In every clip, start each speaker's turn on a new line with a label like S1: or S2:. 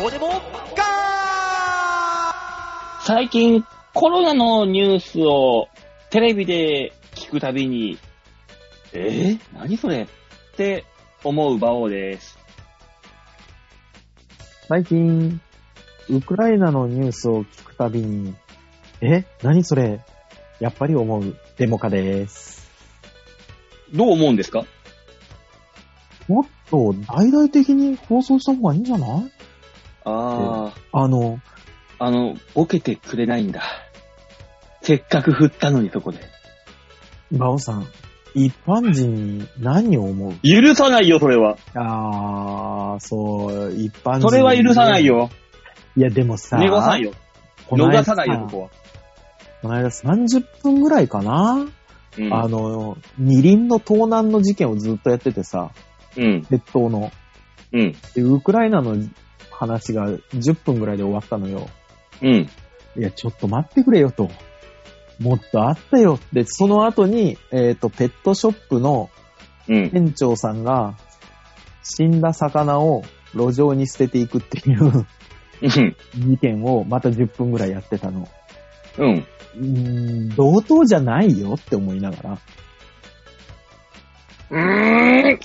S1: どうでもガー
S2: 最近、コロナのニュースをテレビで聞くたびに、えー、何それって思う馬王です。
S3: 最近、ウクライナのニュースを聞くたびに、え何それやっぱり思う、デモカです。
S2: どう思うんですか
S3: もっと大々的に放送した方がいいんじゃない
S2: あ
S3: あの、
S2: あ、あの、ボケてくれないんだ。せっかく振ったのにそこで。
S3: バオさん、一般人に何を思う
S2: 許さないよ、それは。
S3: あー、そう、一般人。
S2: それは許さない。よ。
S3: いや、でもさ、
S2: 寝さいよ。
S3: この間
S2: 逃
S3: さ
S2: さないよ、そこは。
S3: この間30分ぐらいかな、
S2: うん
S3: あの、二輪の盗難の事件をずっとやっててさ、
S2: うん。
S3: 列島の。
S2: うん。
S3: で、ウクライナの話が10分ぐらいで終わったのよ。
S2: うん。
S3: いや、ちょっと待ってくれよと。もっとあったよ。で、その後に、えっ、と、ペットショップの
S2: うん。
S3: 店長さんが、死んだ魚を路上に捨てていくっていう
S2: うん。
S3: 事件をまた10分ぐらいやってたの。
S2: うん。
S3: うーん、同等じゃないよって思いながら。
S2: うーん。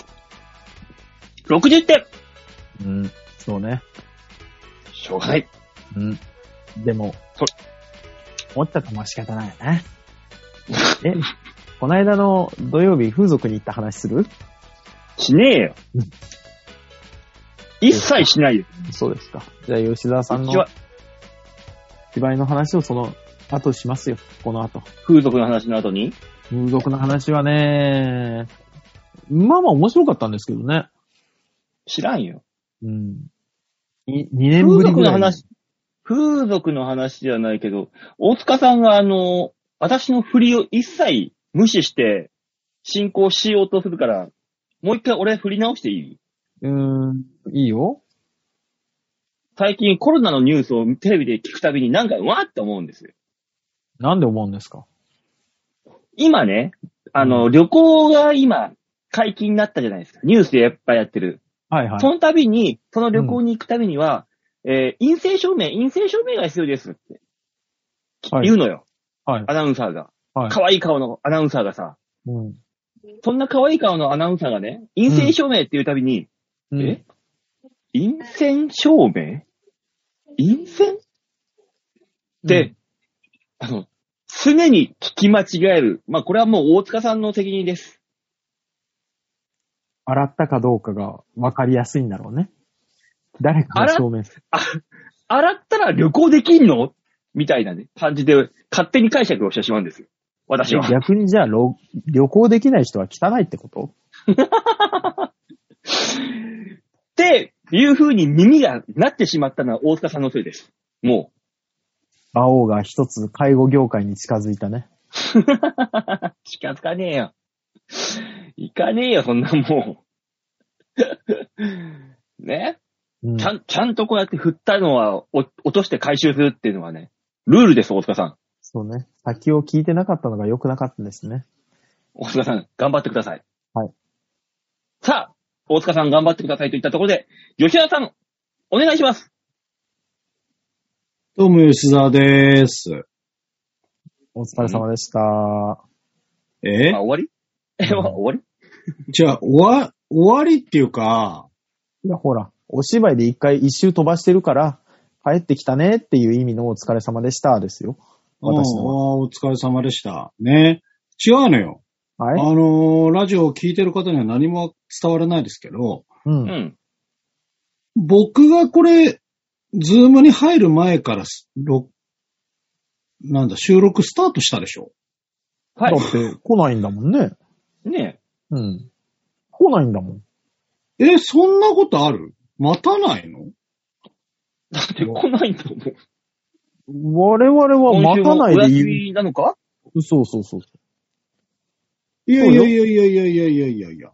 S2: 60点
S3: うん、そうね。
S2: しょうがない。
S3: うん。でも
S2: そ、
S3: 思ったかも仕方ないよ ね。え、こないだの土曜日風俗に行った話する
S2: しねえよ
S3: うん。
S2: 一切しないよ。
S3: そうですか。じゃあ吉沢さん
S2: う
S3: の
S2: ちは
S3: 芝居の話をその後しますよ。この後。
S2: 風俗の話の後に。
S3: 風俗の話はね、まあまあ面白かったんですけどね。
S2: 知らんよ。
S3: うん。2年ぶ
S2: 風
S3: り
S2: 俗
S3: ぐら
S2: の
S3: い。
S2: 話、風俗の話じゃないけど、大塚さんがあの、私の振りを一切無視して進行しようとするから、もう一回俺振り直していいう
S3: ーん、いいよ。
S2: 最近コロナのニュースをテレビで聞くたびになんかわーって思うんですよ。
S3: なんで思うんですか
S2: 今ね、あの、旅行が今解禁になったじゃないですか。ニュースでやっぱやってる。
S3: はいはい
S2: そ。の度に、その旅行に行くためには、えー陰性証明、陰性証明が必要ですって
S3: はい
S2: 言うのよ。
S3: はい
S2: アナウンサーが。
S3: はい
S2: 可愛い顔のアナウンサーがさ、
S3: うん
S2: そんな可愛い顔のアナウンサーがね、陰性証明っていうたびに、
S3: うん。
S2: え陰性証明陰性っ
S3: うん
S2: て、、あの、常に聞き間違える。まあ、これはもう大塚さんの責任です。
S3: 洗ったかどうかが分かりやすいんだろうね。誰かが証明する。
S2: あ、洗ったら旅行できんのみたいなね、感じで、勝手に解釈をしてしまうんですよ。私は。
S3: 逆にじゃあ、ろ旅行できない人は汚いってこと
S2: っていう風に耳がなってしまったのは大塚さんのせいです。も
S3: 馬王が一つ介護業界に近づいたね。
S2: う。 近づかねえよ。行かねえよ、そんな もう。ね、
S3: うん
S2: ちゃん、ちゃんとこうやって振ったのはお落として回収するっていうのはね、ルールです、大塚さん。
S3: そうね。先を聞いてなかったのが良くなかったですね。
S2: 大塚さん、頑張ってください。
S3: はい。
S2: さあ、大塚さん頑張ってくださいといったところで、吉田さん、お願いします。
S4: どうも、吉沢です。
S3: お疲れ様でした。
S4: え
S2: あ、終わりえ、終わり
S4: じゃあ、終わ、終わりっていうか、
S3: いや、ほら、お芝居で一回一周飛ばしてるから、帰ってきたねっていう意味のお疲れ様でしたですよ。私
S4: うん
S3: のは。
S4: お疲れ様でした。ね。違うのよ。あ
S3: はい。
S4: のーラジオを聞いてる方には何も伝わらないですけど、
S3: う。
S2: うんん。
S4: 僕がこれ、ズームに入る前からす、ろなんだ、収録スタートしたでしょ
S2: は
S3: だって来ないんだもんね。
S2: い。ね
S3: うん。来ないんだもん。
S4: え、そんなことある待たないの
S2: え。だって来ないんだもん。
S3: 我々は待たな
S2: 今週
S3: いで
S2: もお休
S3: 言
S2: みなのか
S3: う。そうそうそう。
S4: いやいやいやいやいやいやいやいやいや。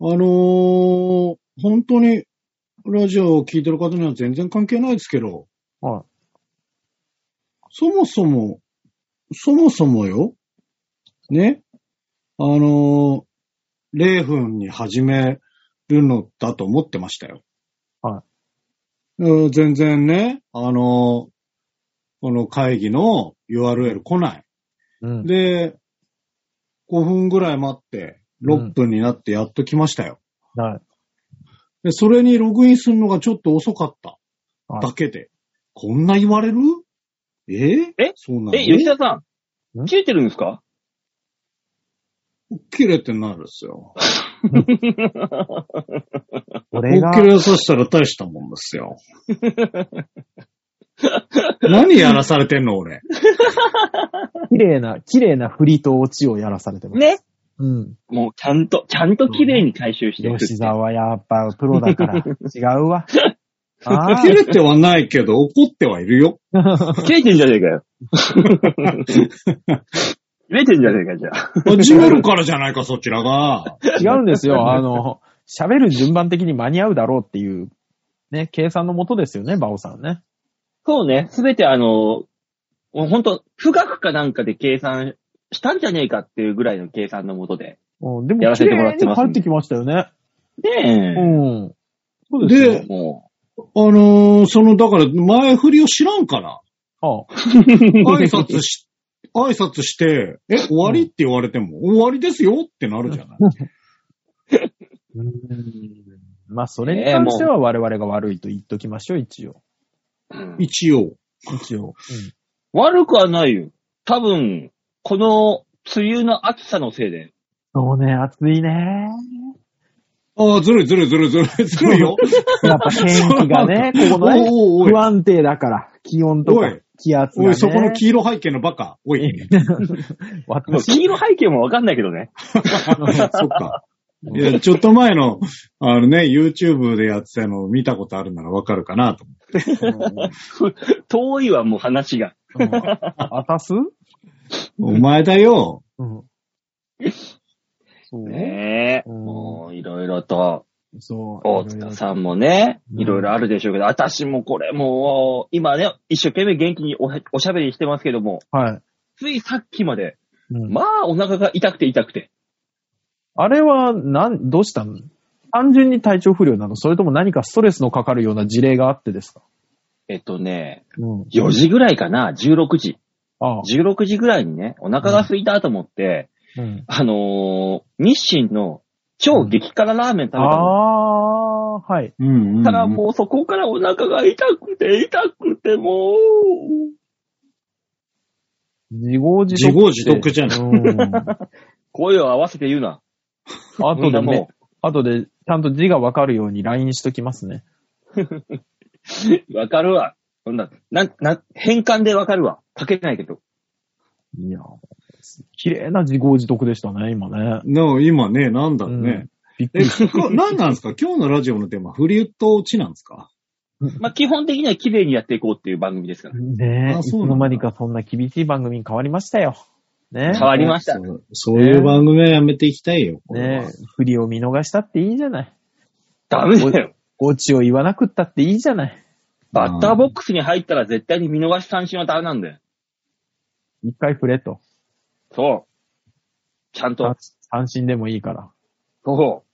S4: あのー、本当に、ラジオを聞いてる方には全然関係ないですけど、
S3: はい。
S4: そもそも、そもそもよ、ね、あのー、0分に始めるのだと思ってましたよ。。
S3: はい
S4: うん全然ね、あの、この会議の URL 来ない。
S3: うん。
S4: で、5分ぐらい待って、6分になってやっと来ましたよ。
S3: はい。
S4: で、それにログインするのがちょっと遅かった。
S3: はい
S4: だけで。こんな言われるえ
S2: え
S4: そうなの
S2: え、吉田さん、
S3: ん
S2: 切れてるんですか
S4: 切れてないですよ。僕
S3: 俺が
S4: 切、れさせたら大したもんです よ。何やらされてんの俺。
S3: 綺麗な、綺麗な振りとオチをやらされてます。
S2: ね
S3: うん。
S2: もうちゃんと、ちゃんと綺麗に回収していくって
S3: 吉沢はやっぱプロだ から。違うわ。あ
S4: 切れてはないけど怒ってはいるよ。
S3: あ。
S2: 切れてんじゃねえか よ。切れてんじゃねえか、じゃあ。
S4: 始めるからじゃないか、そちらが。
S3: 違うんですよ。あの、喋る順番的に間に合うだろうっていう、ね、計算のもとですよね、バオさんね。
S2: そうね、すべてあの、本当富岳かなんかで計算したんじゃねえかっていうぐらいの計算のもとで。
S3: うん、でも、
S2: やらせてもらってます
S3: 綺麗に帰ってきましたよね。う
S2: ね
S3: ん。 そうですよ
S4: で
S2: え。も
S4: あのーその、だから前振りを知らんから。
S3: ああ
S4: 挨拶し、挨拶して、え、終わりって言われても、終わりですよってなるじゃない。
S3: うんまあ、それに関しては我々が悪いと言っときましょう、一応。
S2: う、うん
S4: 一応。
S3: 一応。
S2: 悪くはないよ。多分、この梅雨の暑さのせいで。
S3: そうね、暑いね。
S4: ああ、ずるいずるいずるいずるいずるいよ。
S3: やっぱ天気が ね、ここのね、
S4: おいおい
S3: 不安定だから、気温と
S4: お
S3: か
S4: い
S3: 気圧が、
S4: おい、お
S3: ね。
S4: い、そこの黄色背景のバカ。おい。
S2: もう
S3: 私
S2: 黄色背景もわかんないけどね。
S4: そっか。いや、ちょっと前の、あのね、YouTube でやってたのを見たことあるならわかるかなと思って。
S2: 遠いわ、もう話が。
S3: うんあたす
S4: お前だよ。
S3: うん。そう。
S2: ねえ。
S3: うん
S2: もう、いろいろと、
S3: そう。
S2: 大塚さんもね、
S3: うん
S2: いろいろあるでしょうけど、私もこれもう、今ね、一生懸命元気におへおしゃべりしてますけども、
S3: はい。
S2: ついさっきまで、
S3: うん
S2: まあ、お腹が痛くて痛くて。
S3: あれは、なん、どうしたの単純に体調不良なのそれとも何かストレスのかかるような事例があってですか
S2: えっとね、
S3: うん。
S2: 4時ぐらいかな、16時。
S3: ああ。
S2: 16時ぐらいにね、お腹が空いたと思って、
S3: うん、
S2: あのー日清の超激辛ラーメン食べた
S3: あ
S2: の。
S3: あ、はい。
S4: うんうん、うん。
S2: たらもうそこからお腹が痛くて痛くてもう、
S3: 自業自
S4: 自
S3: 得。
S4: 業自得じゃない。
S3: うん。
S2: 声を合わせて言うな。
S3: あとで
S2: そんなも
S3: ね、あとで、ちゃんと字がわかるように LINE しときますね。
S2: うわかるわ。そんな、な、な、変換でわかるわ。書けないけど。
S3: いや、綺麗な自業自得でしたね、今ね。
S4: の今ね、なんだろうね。
S3: びっく
S4: え
S3: り。、
S4: こ何なんですか今日のラジオのテーマ、フリウッド落ちなんですか
S2: まあ、基本的には綺麗にやっていこうっていう番組ですから。
S3: ねえ、
S4: あ
S3: いつ
S4: そうなんだ
S3: の間にかそんな厳しい番組に変わりましたよ。ね
S2: 変わりました
S4: そうそういう番組はやめていきたいよ。
S3: え。
S4: これは
S3: ねえ、振りを見逃したっていいじゃない。
S2: ダメだよ。
S3: ゴチを言わなくったっていいじゃない。
S2: バッターボックスに入ったら絶対に見逃し三振はダメなんだよ。
S3: 一回振れと。
S2: そう。ちゃんと。
S3: 三振でもいいから。
S2: そ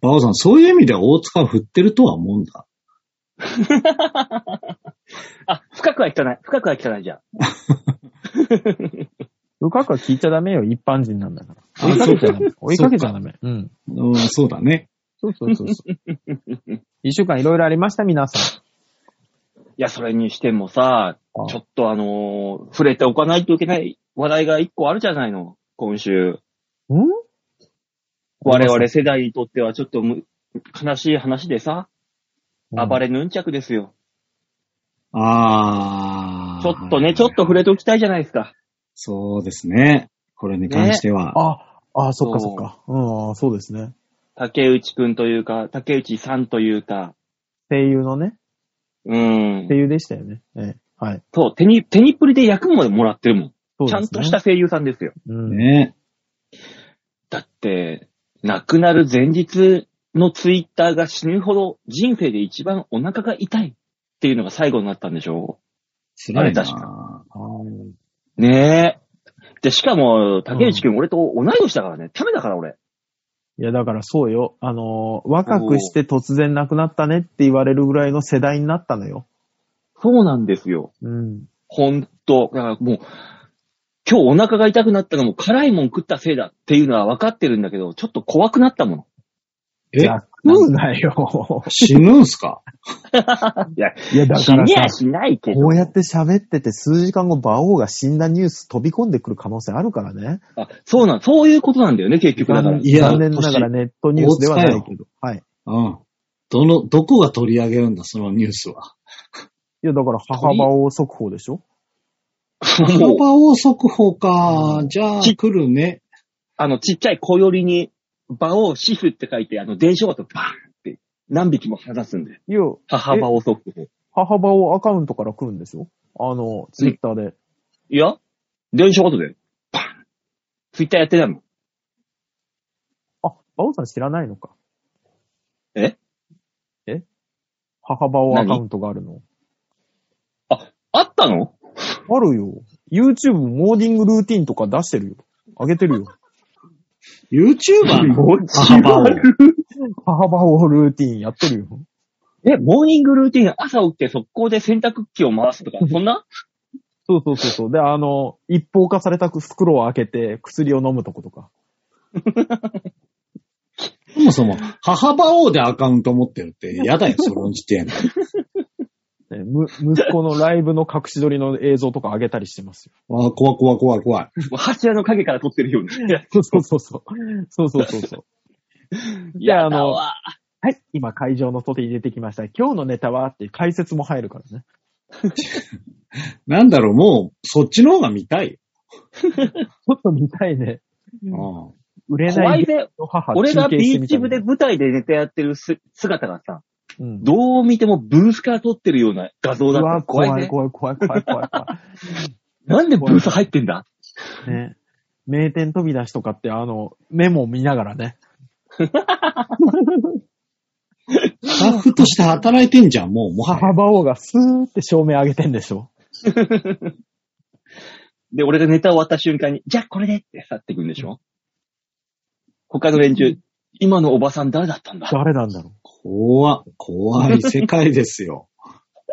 S4: バオさん、そういう意味では大塚は振ってるとは思うんだ。
S2: う。あ、深くは汚い。深くは汚いじゃん。
S3: 深くは聞いちゃダメよ、一般人なんだから。
S4: あ
S3: 追いかけち
S4: そう
S3: ゃダ
S4: か
S3: メ。追いかけちゃダメ。うん。
S4: うん、そうだね。
S3: そうそうそうそう。一週間いろいろありました、皆さん。
S2: いや、それにしてもさ、
S3: あ
S2: ちょっとあのー触れておかないといけない話題が一個あるじゃないの。今週。
S3: ん
S2: 我々世代にとってはちょっとむ悲しい話でさ、暴。れぬんちゃくですよ。
S4: あー。
S2: ちょっとね、ちょっと触れておきたいじゃないですか。
S4: そうですね。これに関しては。
S3: あ、あ、そっかそっか。うん、そうですね。
S2: 竹内くんというか、竹内さんというか、
S3: 声優のね、
S2: うん
S3: 声。優でしたよね。ええはい。
S2: そう、手に、手にプリで役ももらってるもん。
S3: そう
S2: ちゃ
S3: で
S2: ん
S3: すね
S2: とした声優さんですよ。
S3: うん。
S4: ね。
S2: だって、亡くなる前日のツイッターが死ぬほど人生で一番お腹が痛いっていうのが最後になったんでしょ
S4: 辛い
S2: あれ確
S4: な。
S3: あー
S2: うねえ。で、しかも、竹内くん、俺と同い年だからね。ダメだから俺。
S3: いや、だからそうよ。あのー若くして突然亡くなったねって言われるぐらいの世代になったのよ。
S2: そうなんですよ。
S3: うん。
S2: ほんと。だからもう、今日お腹が痛くなったのも辛いもん食ったせいだっていうのは分かってるんだけど、ちょっと怖くなったもの。
S4: え
S3: いや食う なよ。
S4: 死ぬんすか
S2: いや、
S3: いや、だ
S2: 死
S3: から
S2: に
S3: さ
S2: ゃ、しないけど。
S3: こうやって喋ってて数時間後、馬王が死んだニュース飛び込んでくる可能性あるからね。
S2: あそうなん、そういうことなんだよね、結局だから。
S4: いや
S3: 残念ながらネットニュースではないけど。はい。
S4: うん。どの、どこが取り上げるんだ、そのニュースは。
S3: いや、だから母馬王速報でしょ
S4: 馬
S2: もう、
S4: 王速報か。じゃあ、
S2: ち
S4: 来るね。
S2: あの、ちっちゃい小寄りに、馬をシフって書いて、あの、電車ごとバーンって何匹も放すんで。
S3: いや、
S2: 母馬を速報。
S3: 母馬王アカウントから来るんでしょあの、ツイッターで。
S2: いや、電車ごとで、バーン。ツイッターやってないもん。
S3: あ、馬王さん知らないのか。
S2: え
S3: え母馬王アカウントがあるの
S2: あったの
S3: あるよ。YouTube モーディングルーティンとか出してるよ。あげてるよ。
S4: YouTuber の
S2: もう
S4: 母馬王。
S3: 母馬王ルーティンやってるよ。
S2: え、モーニングルーティン、朝起きて速攻で洗濯機を回すと か、そんな
S3: そうそうそうそう。で、あの、一方化された袋を開けて薬を飲むとことか。
S4: そもそも、母馬王でアカウント持ってるって嫌だよ、その時 点で。
S3: ねむ、息子のライブの隠し撮りの映像とか上げたりしてますよ。
S4: わあ、怖い怖い怖い怖い。
S2: もう柱の影から撮ってるような。
S3: そうそうそうそう。そうそうそうそう。じゃあ、あ
S2: やだ
S3: の、は
S2: わ
S3: い、今会場の外に出てきました。今日のネタはっていう解説も入るからね。
S4: なんだろう、もう、そっちの方が見たい。
S3: ちょっと見たいね。
S4: うん、
S3: 売れな
S2: 怖
S3: い
S2: い
S3: 芸
S2: ぜ。
S3: の母
S2: 俺がビーチ部
S3: み
S2: で
S3: たいな
S2: 舞台でネタやってるす姿がさ、
S3: うん。
S2: どう見てもブースから撮ってるような画像
S3: う
S2: だった
S3: わ、。怖
S2: 怖い
S3: い
S2: ね。
S3: 怖い怖い怖い怖い怖い。
S2: なんでブース入ってんだ
S3: ね。名店飛び出しとかって、あの、メモを見ながらね。
S4: スタッフとして働いてんじゃん、もう、もは
S3: 母
S4: や。
S3: 馬王がスーって照明上げてんでしょ。
S2: で、俺がネタ終わった瞬間に、じゃあこれでって去ってくんでしょ他の連中、今のおばさん誰だったんだ
S3: 誰なんだろ
S4: 怖っ怖い世界ですよ。
S3: う。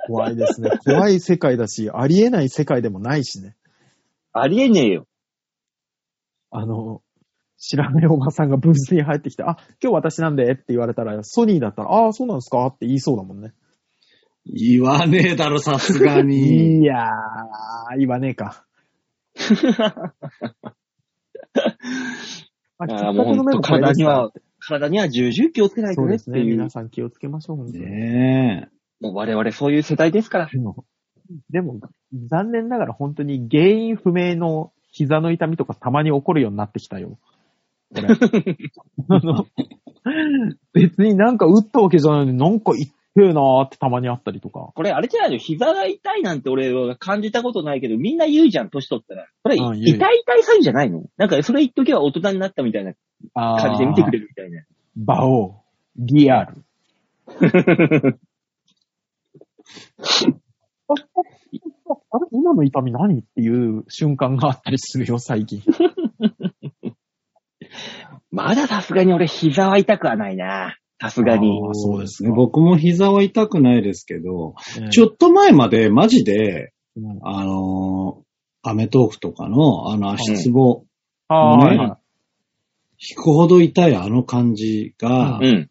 S3: 怖いですね。怖い世界だし、ありえない世界でもないしね。
S2: ありえねえよ。
S3: あの、知らないおばさんがブースに入ってきて、あ、今日私なんでって言われたら、ソニーだったら、ああ、そうなんですかって言いそうだもんね。
S4: 言わねえだろ、さすがに。
S3: いやー、言わねえ か。あ、
S2: あーもうほんと体には、体には重々気をつけないと
S3: そう
S2: ね
S3: で
S2: って
S3: すね。
S2: いう。
S3: 皆さん気をつけましょう、本当に。
S4: ね
S2: もう我々そういう世代ですから。
S3: でも、でも残念ながら本当に原因不明の膝の痛みとかたまに起こるようになってきたよ。これあの別になんか打ったわけじゃないのになんか痛えなーってたまにあったりとか。
S2: これあれじゃないよ。膝が痛いなんて俺は感じたことないけど、みんな言うじゃん、年取ったら。これ、
S3: うん
S2: 痛い
S3: 言う
S2: 痛い詐欺じゃないのなんかそれ言っときは大人になったみたいな
S3: あ
S2: 感じで見てくれ
S3: る。
S2: るみたいな。
S3: バオリア ル。ああれ今の痛み何っていう瞬間があったりするよ、最近。
S2: まださすがに俺膝は痛くはないな。さすがに
S3: あ。ーそうです
S4: ね
S3: か。
S4: 僕も膝は痛くないですけど、ち
S3: っ
S4: ょっと前まで、マジで、
S3: と、
S4: あのーアメトークとかの、あの、足つぼ、
S3: あー
S4: ね
S3: はいはい
S4: 引くほど痛いあの感じが
S2: う、ん。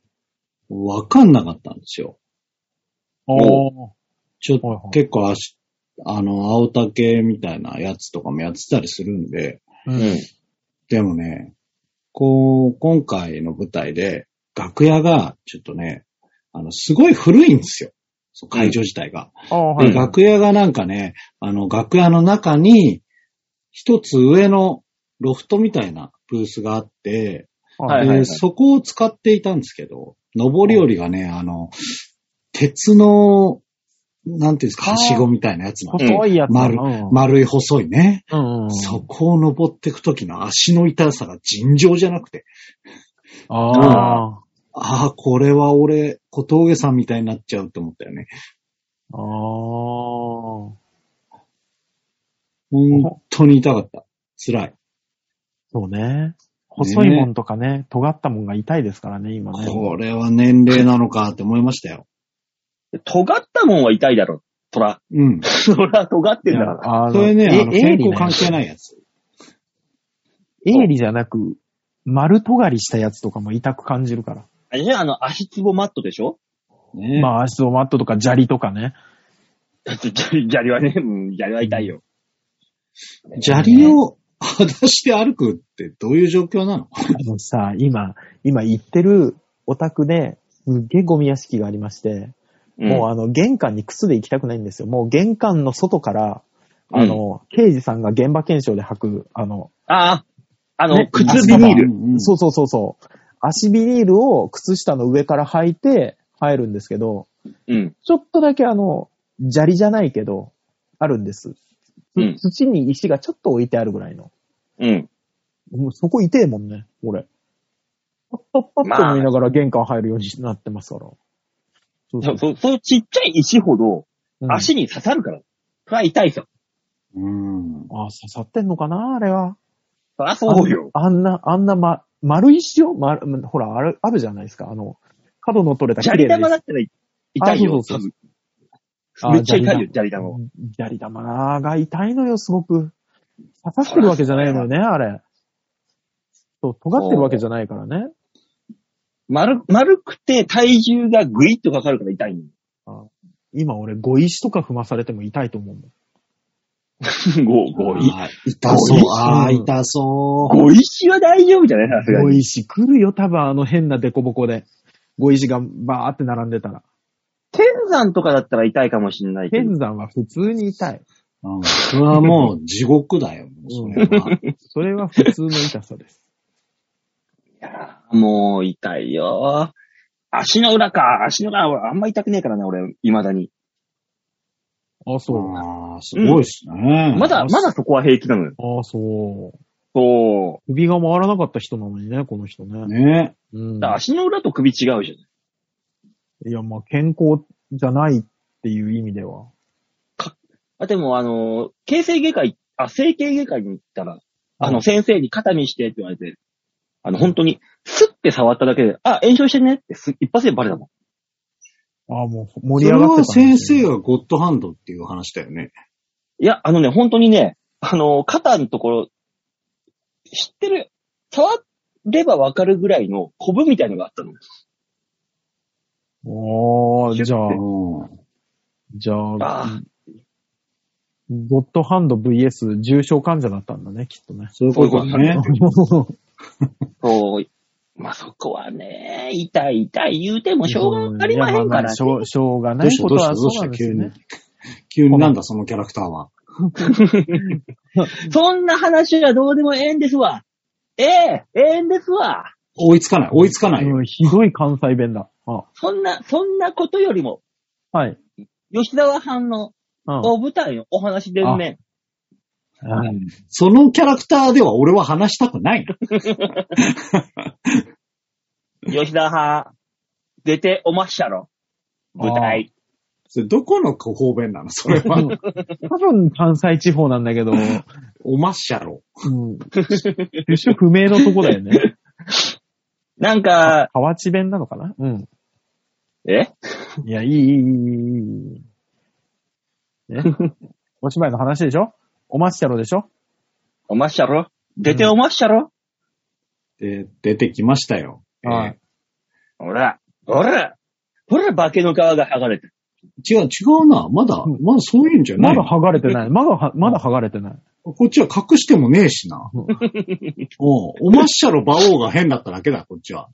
S4: わかんなかったんですよ。
S3: あー
S4: ちょっと
S3: はいはい
S4: 結構足、あの、青竹みたいなやつとかもやってたりするんで、
S3: う
S2: うんん。
S4: でもね、こう、今回の舞台で、楽屋が、ちょっとね、あの、すごい古いんですよ。そう会場自体が、
S3: あーは
S4: で
S3: いはい。
S4: 楽屋がなんかね、あの、楽屋の中に、一つ上のロフトみたいなブースがあって、
S2: はいはいはい
S4: でそこを使っていたんですけど、上り下りがね、あの、鉄の、なんていうんですか、
S3: あー
S4: はしごみたいなやつなの
S3: 細いやつだ
S4: 丸
S3: な。うん
S4: 丸い細いね。
S3: うんうん。
S4: そこを登っていくときの足の痛さが尋常じゃなくて、
S3: あ
S4: ああ、これは俺、小峠さんみたいになっちゃうと思ったよね。
S3: あ。ああ。
S4: 本当に痛かった。辛い。
S3: そうね。細いもんとかね、尖ったもんが痛いですからね、今ね。
S4: これは年齢なのかって思いましたよ。
S2: 尖ったもんは痛いだろ。トラ。
S4: うん。
S2: トラ尖ってるんだから。
S3: あの
S4: それね、
S3: え
S4: あの、健
S3: 鋭利
S4: 康
S3: な
S4: 関係ないやつ。
S3: 鋭利じゃなく、丸尖りしたやつとかも痛く感じるから。
S2: あれね、あの、足つぼマットでし ょ
S4: ね
S3: まあ、足をマットとか砂利とかね。
S2: 砂利はね、うん砂利は痛いよ。
S4: 砂利を裸足で歩くってどういう状況なの
S3: あのさ、今、今行ってるお宅で、すっげえゴミ屋敷がありまして、もうあの、玄関に靴で行きたくないんですよ。もう玄関の外から、あの、刑事さんが現場検証で履く、あの、
S2: ああ、あの、
S3: ね
S2: 靴ビニール。
S4: うん
S3: そうそうそうそう、足ビニールを靴下の上から履いて入るんですけど、
S2: うん。
S3: ちょっとだけあの、砂利じゃないけど、あるんです。
S2: うん
S3: 土に石がちょっと置いてあるぐらいの。
S2: うん。
S3: もうそこ痛えもんね、俺。パッパッパッと思いながら玄関入るようになってますから。そう
S2: そう、そう、そうちっちゃい石ほど、
S3: うん
S2: 足に刺さるから。それは痛いさ。
S4: うん。
S3: あ、刺さってんのかなあれは。
S2: そりゃそうよ。
S3: あんな、あんなま、丸石を、ま、ほら、ある、あるじゃないですか。あの、角の取れた
S2: 砂
S3: 綺麗
S2: 利
S3: な
S2: 玉だったら痛いよ、
S3: あそう
S2: 多
S3: そう
S2: 分。めっちゃ痛いよ、
S3: あ
S2: 砂利玉は。
S3: 砂利玉が痛いのよ、すごく。刺さってるわけじゃないのよね、あれ。そう、尖ってるわけじゃないからね。
S2: 丸、丸くて体重がぐいっとかかるから痛いの。
S3: 今俺、碁石とか踏まされても痛いと思うもん。
S2: ご、ご、い、
S4: あー痛そう
S3: ごい。
S4: ああ、痛そう。
S2: ご石は大丈夫じゃないさすが
S3: 碁
S2: に。
S3: 石来るよ、多分あの変なデコボコで。碁石がバーって並んでたら。
S2: 天山とかだったら痛いかもしれないけど。
S3: 剣山は普通に痛い。
S4: うんそれはもう地獄だよ。それは。
S3: それは普通の痛さです。
S2: いやーもう痛いよ。足の裏か。足の裏はあんま痛くねえからな、俺、未だに。
S3: あ、そう。
S4: ああ、すごいですね。
S2: まだ、まだそこは平気なのよ。
S3: あ、そう。
S2: そ
S3: 首が回らなかった人なのにね、この人ね。
S4: ね。
S3: う
S2: う。
S3: ん。
S2: だから足の裏と首違うじゃん。
S3: いや、まあ、健康じゃないっていう意味では。
S2: あ、でも、あの、形成外科い、あ、整形外科に行ったら、あ
S3: う
S2: の、
S3: ん
S2: 先生に肩にしてって言われて、あの、本当に、スッて触っただけで、あ、炎症してねってす、一発でバレたもん。
S3: ああ、もう
S4: そ
S3: 盛り
S4: れ
S3: 上がってたん
S4: は
S3: ですよ
S4: 先生がゴッドハンドっていう話だよね。
S2: いや、あのね、本当にね、あの、肩のところ、知ってる、触ればわかるぐらいのコブみたいのがあったの。
S3: おー、じゃあ、
S4: うん
S3: じゃあ、
S2: あ
S3: ゴッドハンド VS 重症患者だったんだね、きっとね。
S4: そういうことだね。
S2: そう、まあ、そこはね、痛い痛い言うてもしょうがありまへん
S3: いや
S2: か
S3: ああ
S2: ら
S3: し
S2: ね。
S3: ょう、しょうがな
S4: どう
S3: い
S4: し
S3: こ
S4: た
S3: と
S4: どうした
S3: は
S4: どう
S3: そ
S4: し
S3: うな
S4: た
S3: んです
S4: 急に 急
S3: よね。。
S4: になんだそのキャラクターは。
S2: そんな話はどうでもええんですわ。ええ、ええんですわ。
S4: 追いつかない、追いつかないよ。
S3: うんひどい関西弁だ。あ
S2: そんな、そんなことよりも、
S3: はい。
S2: 吉沢さんの
S3: うん
S2: お舞台のお話ですね。
S3: はい
S4: そのキャラクターでは俺は話したくない。
S2: 吉沢派、出ておまっしゃろ。舞台。
S4: それどこの方便なのそれは。
S3: 多分関西地方なんだけど、うん
S4: おまっしゃろ。
S3: 出所不明のとこだよね。
S2: なんか、
S3: 河内弁なのかなうん。
S2: え
S3: いや、いい、いい、いい、いいいい。ね お芝居の話でしょおまっしゃろでしょ
S2: おまっしゃろ出ておまっしゃろ、
S4: で、出てきましたよ。
S3: はい
S4: え
S2: ほら、ほら、ほら、化けの皮が剥がれてる。
S4: ー違う、違うな。まだ、
S3: うん
S4: まだそういうんじゃな
S3: ま
S4: い。
S3: だ剥がれてない。まだは、まだ剥がれてない。
S4: こっちは隠してもねえしな。
S3: うん
S4: おうおまっしゃろ馬王が変だっただけだ、こっち は。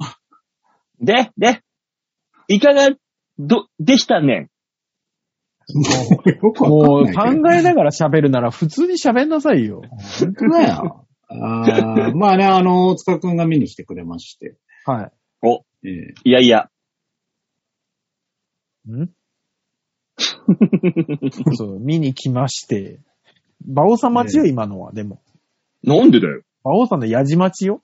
S2: で、で、いかが、ど、でしたね
S4: もうよく
S3: も
S4: わ
S3: う
S4: かん
S3: 考
S4: ないけど。
S3: えながら喋るなら普通に喋んなさいよ。
S4: 本当だよ。あーまあね、あの、大塚くんが見に来てくれまして。
S3: は
S4: ええ
S2: んいやいや、
S3: い。んそう、見に来まして。馬王さん待ちよ、今のは、でも。
S2: なんでだよ。
S3: 馬王さんの矢じ待ちよ。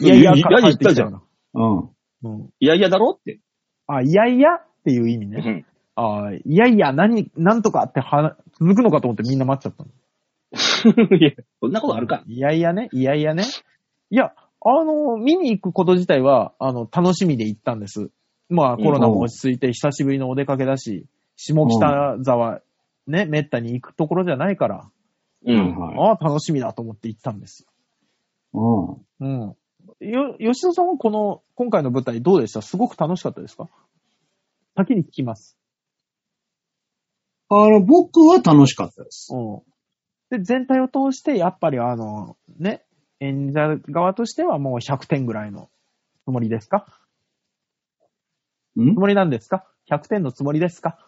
S2: いやいや
S3: か
S2: いやいや
S3: 帰ってき
S2: 言ったじゃん
S3: から
S4: うん。
S3: うん。
S2: いやいやだろって。
S3: あ、いやいやっていう意味
S2: う
S3: ね。
S2: ん
S3: あーいやいや、何、なんとかっては、続くのかと思ってみんな待っちゃったの。
S2: いや、そんなことあるか。
S3: いやいやね、いやいやね。いや、あの、見に行くこと自体は、あの、楽しみで行ったんです。まあ、コロナも落ち着いて、久しぶりのお出かけだし、下北沢、ね、めったに行くところじゃないから、
S2: う
S4: はい
S2: ん。
S4: はい。
S3: ああ、楽しみだと思って行ったんです。
S4: うん。
S3: うん。よ、吉野さんはこの、今回の舞台どうでしたすごく楽しかったですか先に聞きます。
S4: あの、僕は楽しかったです。
S3: うん。で、全体を通して、やっぱりあの、ね、演者側としてはもう100点ぐらいのつもりですか
S4: ん
S3: つもりなんですか ?100 点のつもりですか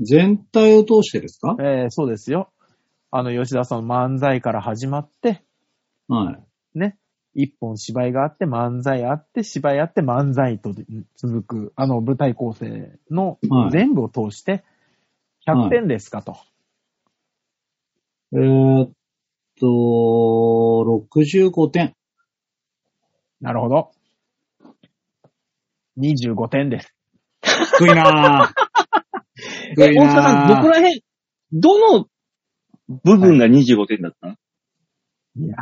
S4: 全体を通してですか
S3: えー、そうですよ。あの、吉田さんの漫才から始まって、
S4: はい。
S3: ね、一本芝居があって、漫才あって、芝居あって、漫才とうん続く、あの、舞台構成の
S4: はい
S3: 全部を通して、100点ですかと。
S4: えーっと、65点。
S3: なるほど。25点です。
S4: 低いなぁ。
S2: え、
S4: 低い
S2: 大塚さ、
S4: なん
S2: どこら辺、どの部分が25点だったの
S3: いや。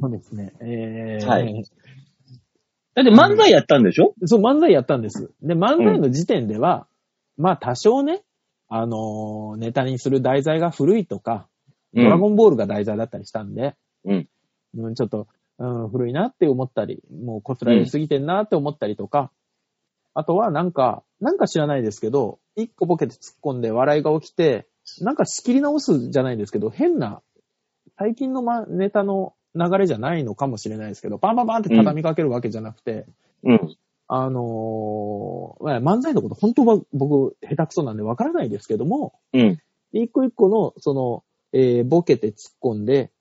S3: そうですね。えー、
S2: はいだって漫才やったんでしょ
S3: そう、漫才やったんです。で、漫才の時点では、まあ多少ね、あのーネタにする題材が古いとか、
S2: う
S3: ドラ
S2: ん。
S3: ゴンボールが題材だったりしたんで、
S2: うん
S3: うんちょっと、うん、古いなって思ったり、もうこすられすぎてんなって思ったりとか、あとはなんか、なんか知らないですけど、一個ボケて突っ込んで笑いが起きて、なんか仕切り直すじゃないですけど、変な、最近の、ま、ネタの流れじゃないのかもしれないですけど、バンバンバンって畳みかけるわけじゃなくて、
S2: うん。
S3: あのーまあ漫才のこと本当は僕下手くそなんでわからないですけども、
S2: うん。
S3: 一個一個の、その、えーボケて突っ込んで、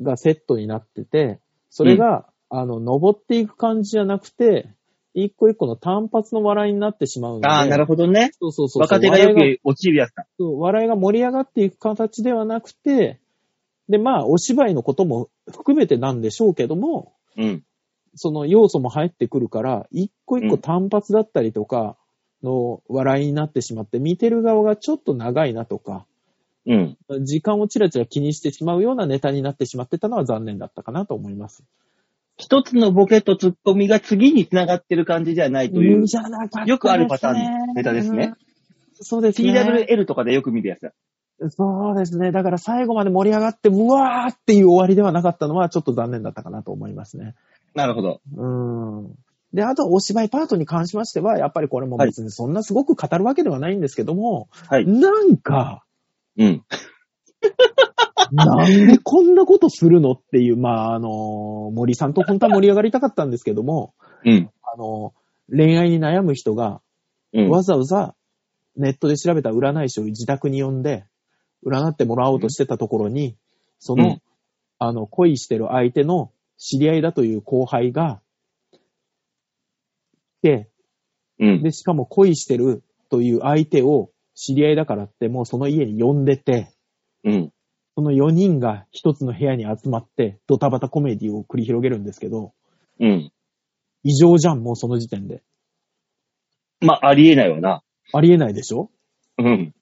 S3: がセットになってて、それが、あの、登っていく感じじゃなくて、一個一個の単発の笑いになってしまうので。
S2: ああ、なるほどね。
S3: そうそうそうそう。
S2: 若手がよ
S3: 笑いが
S2: く落ちるやつだ。
S3: そう笑いが盛り上がっていく形ではなくて、で、まあ、お芝居のことも含めてなんでしょうけども、
S2: うん。
S3: その要素も入ってくるから、一個一個単発だったりとかの笑いになってしまって、見てる側がちょっと長いなとか、
S2: うん。
S3: 時間をちらちら気にしてしまうようなネタになってしまってたのは残念だったかなと思います。
S2: 一つのボケとツッコミが次に繋がってる感じじゃないという、
S3: じゃなかったですね
S2: よくあるパターンのネタですね。
S3: そうですね。
S2: TWL とかでよく見るやつだ。
S3: そうですね。だから最後まで盛り上がって、うわーっていう終わりではなかったのはちょっと残念だったかなと思いますね。
S2: なるほど。
S3: うん。で、あと、お芝居パートに関しましては、やっぱりこれも別にそんなすごく語るわけではないんですけども、
S2: はい
S3: なんか、
S2: うん。
S3: なんでこんなことするのっていう、まあ、あの、森さんと本当は盛り上がりたかったんですけども、
S2: うん。
S3: あの、恋愛に悩む人が、
S2: うん。
S3: わざわざネットで調べた占い師を自宅に呼んで、占ってもらおうとしてたところに、その、
S2: うん
S3: あの、恋してる相手の知り合いだという後輩が、で、
S2: うん。
S3: で、しかも恋してるという相手を知り合いだからって、もうその家に呼んでて、
S2: うん。
S3: その4人が一つの部屋に集まって、ドタバタコメディを繰り広げるんですけど、
S2: うん。
S3: 異常じゃん、もうその時点で。
S2: まあ、ありえないわな。
S3: ありえないでしょ
S2: うん。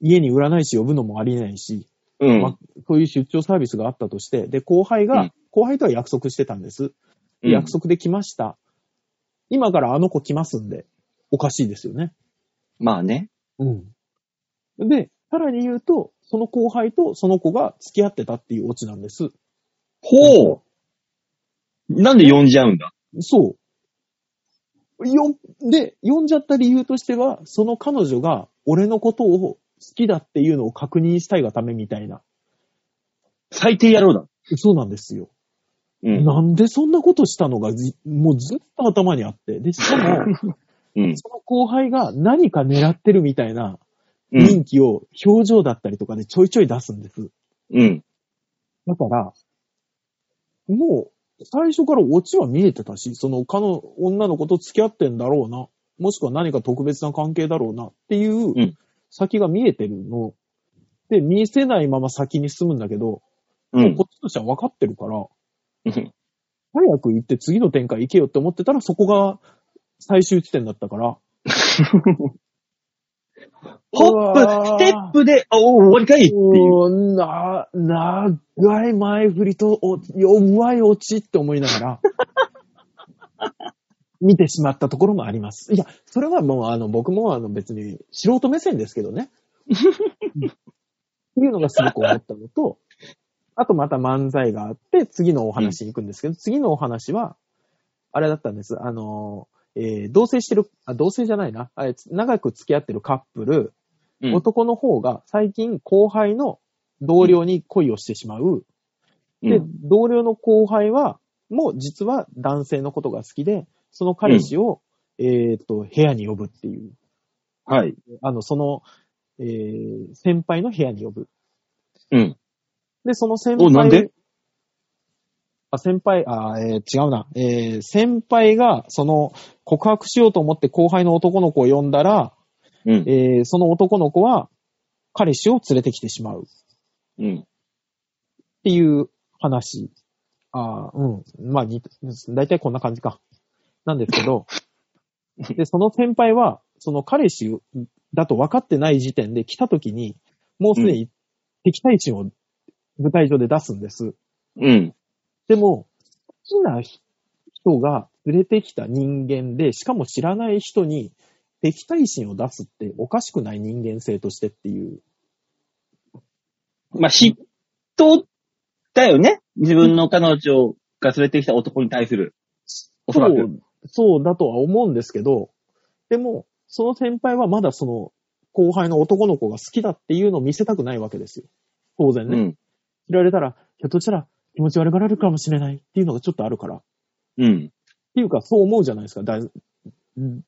S3: 家に占い師呼ぶのもありえないし、
S2: う
S3: まあ
S2: ん。
S3: そういう出張サービスがあったとして、で、後輩が、
S2: うん
S3: 後輩とは約束してたんです。約束で来ました。今からあの子来ますんで、おかしいですよね。
S2: まあね。
S3: うん。で、さらに言うと、その後輩とその子が付き合ってたっていうオチなんです。
S2: ほうなんで呼んじゃうんだ
S3: そう。よ、で、呼んじゃった理由としては、その彼女が俺のことを好きだっていうのを確認したいがためみたいな。
S2: 最低野郎だ。
S3: そうなんですよ。
S2: うん。
S3: なんでそんなことしたのがじ、もうずっと頭にあって。で、しか も、
S2: うん。
S3: その後輩が何か狙ってるみたいな
S2: うん。
S3: 人気を表情だったりとかでちょいちょい出すんです。
S2: うん。
S3: だから、もう、最初からオチは見えてたし、その、かの、女の子と付き合ってんだろうな。もしくは何か特別な関係だろうなってい
S2: ん
S3: う、先が見えてるの。で、見せないまま先に進むんだけど、
S2: うん
S3: こ。っちとしては分かってるから、
S2: うん
S3: 早く行って次の展開行けよって思ってたら、そこが最終地点だったから、
S2: ホップ、ステップで、あお終わりかいっていう。
S3: おーな、長い前振りと、お、弱いオチって思いなが ら、見てしまったところもあります。いや、それはもう、あの、僕も、あの、別に、素人目線ですけ どね。っていうのがすごく思ったのと、あとまた漫才があって、次のお話に行くんですけど、次のお話は、あれだったんです。あの、えー同棲してる、あ、同棲じゃないな。あれ長く付き合ってるカップル、
S2: うん
S3: 男の方が最近後輩の同僚に恋をしてしまう。
S2: うん
S3: で、同僚の後輩は、もう実は男性のことが好きで、その彼氏を、えーっと、部屋に呼ぶっていう。
S2: はい。
S3: あの、その、えー先輩の部屋に呼ぶ。
S2: うん。
S3: で、その先輩。
S2: おなんで
S3: あ、先輩、あー、えー違うな。えー先輩が、その、告白しようと思って後輩の男の子を呼んだら、
S2: うん。
S3: えーその男の子は、彼氏を連れてきてしまう。
S2: うん。
S3: っていう話。ああ、うん。まあ、に、だいたいこんな感じか。なんですけど、で、その先輩は、その彼氏だと分かってない時点で来た時に、もうすでに敵対心を舞台上で出すんです。
S2: うん。
S3: でも、好きな人が連れてきた人間で、しかも知らない人に敵対心を出すっておかしくない人間性としてっていう。
S2: まあ、嫉妬だよね。自分の彼女が連れてきた男に対する。おそら
S3: そ
S2: く。
S3: う、そうだとは思うんですけど、でも、その先輩はまだその、後輩の男の子が好きだっていうのを見せたくないわけですよ。当然
S2: う
S3: ね。
S2: ん。
S3: 知られたら、ひょっとしたら気持ち悪がられるかもしれないっていうのがちょっとあるから。っ
S2: うん。
S3: ていうか、そう思うじゃないですか。だいん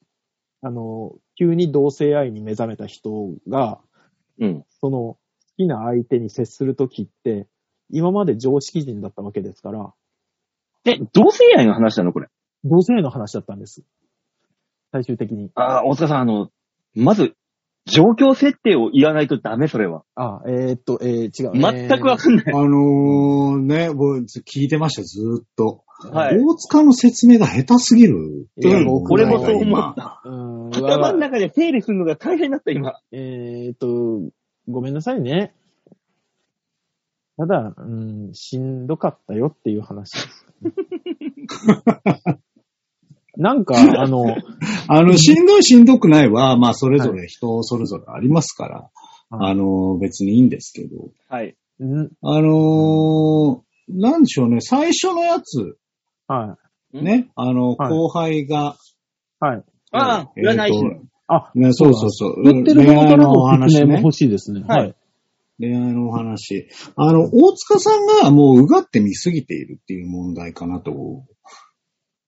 S3: あの、急に同性愛に目覚めた人が、
S2: うん。
S3: その、好きな相手に接するときって、今まで常識人だったわけですから、
S2: で、同性愛の話なのこれ。
S3: 同性の話だったんです。最終的に。
S2: ああ、大塚さん、あの、まず、状況設定を言わないとダメ、それは。
S3: あ、えーっと、えー、違う。
S2: 全くわ
S3: は
S2: かんない。
S4: あのー、ね、僕、聞いてました、ずーっと。
S2: はい。
S4: 大塚の説明が下手すぎる。
S3: いやもう
S2: 俺
S4: な
S2: も
S4: ん
S2: そ
S4: か
S2: う思
S4: 今
S2: った。
S3: うん、
S2: 頭の
S3: わ
S2: 中で整理するのが大変だった、今。
S3: えーっと、ごめんなさいね。ただ、うん、しんどかったよっていう話です。なんか、あの、
S4: あの、しんどいしんどくないは、まあ、それぞれ人それぞれありますから、
S3: はい
S4: あのー、別にいいんですけど。
S2: はい。
S3: ん
S4: あのー、なんでしょうね、最初のやつ、
S3: は
S4: ね、あの、
S3: はい
S4: 後輩が、
S3: い、はい。
S2: ああ、占い師の。
S3: あ、
S4: えーとね、そうそうそう。
S3: 売ってる側から
S4: お
S3: の説
S4: 話
S3: 明も
S4: ね。
S3: 欲しいですね。
S2: はい
S3: はい。
S4: 恋愛のお話。あの、大塚さんがもううがって見すぎているっていう問題かなと、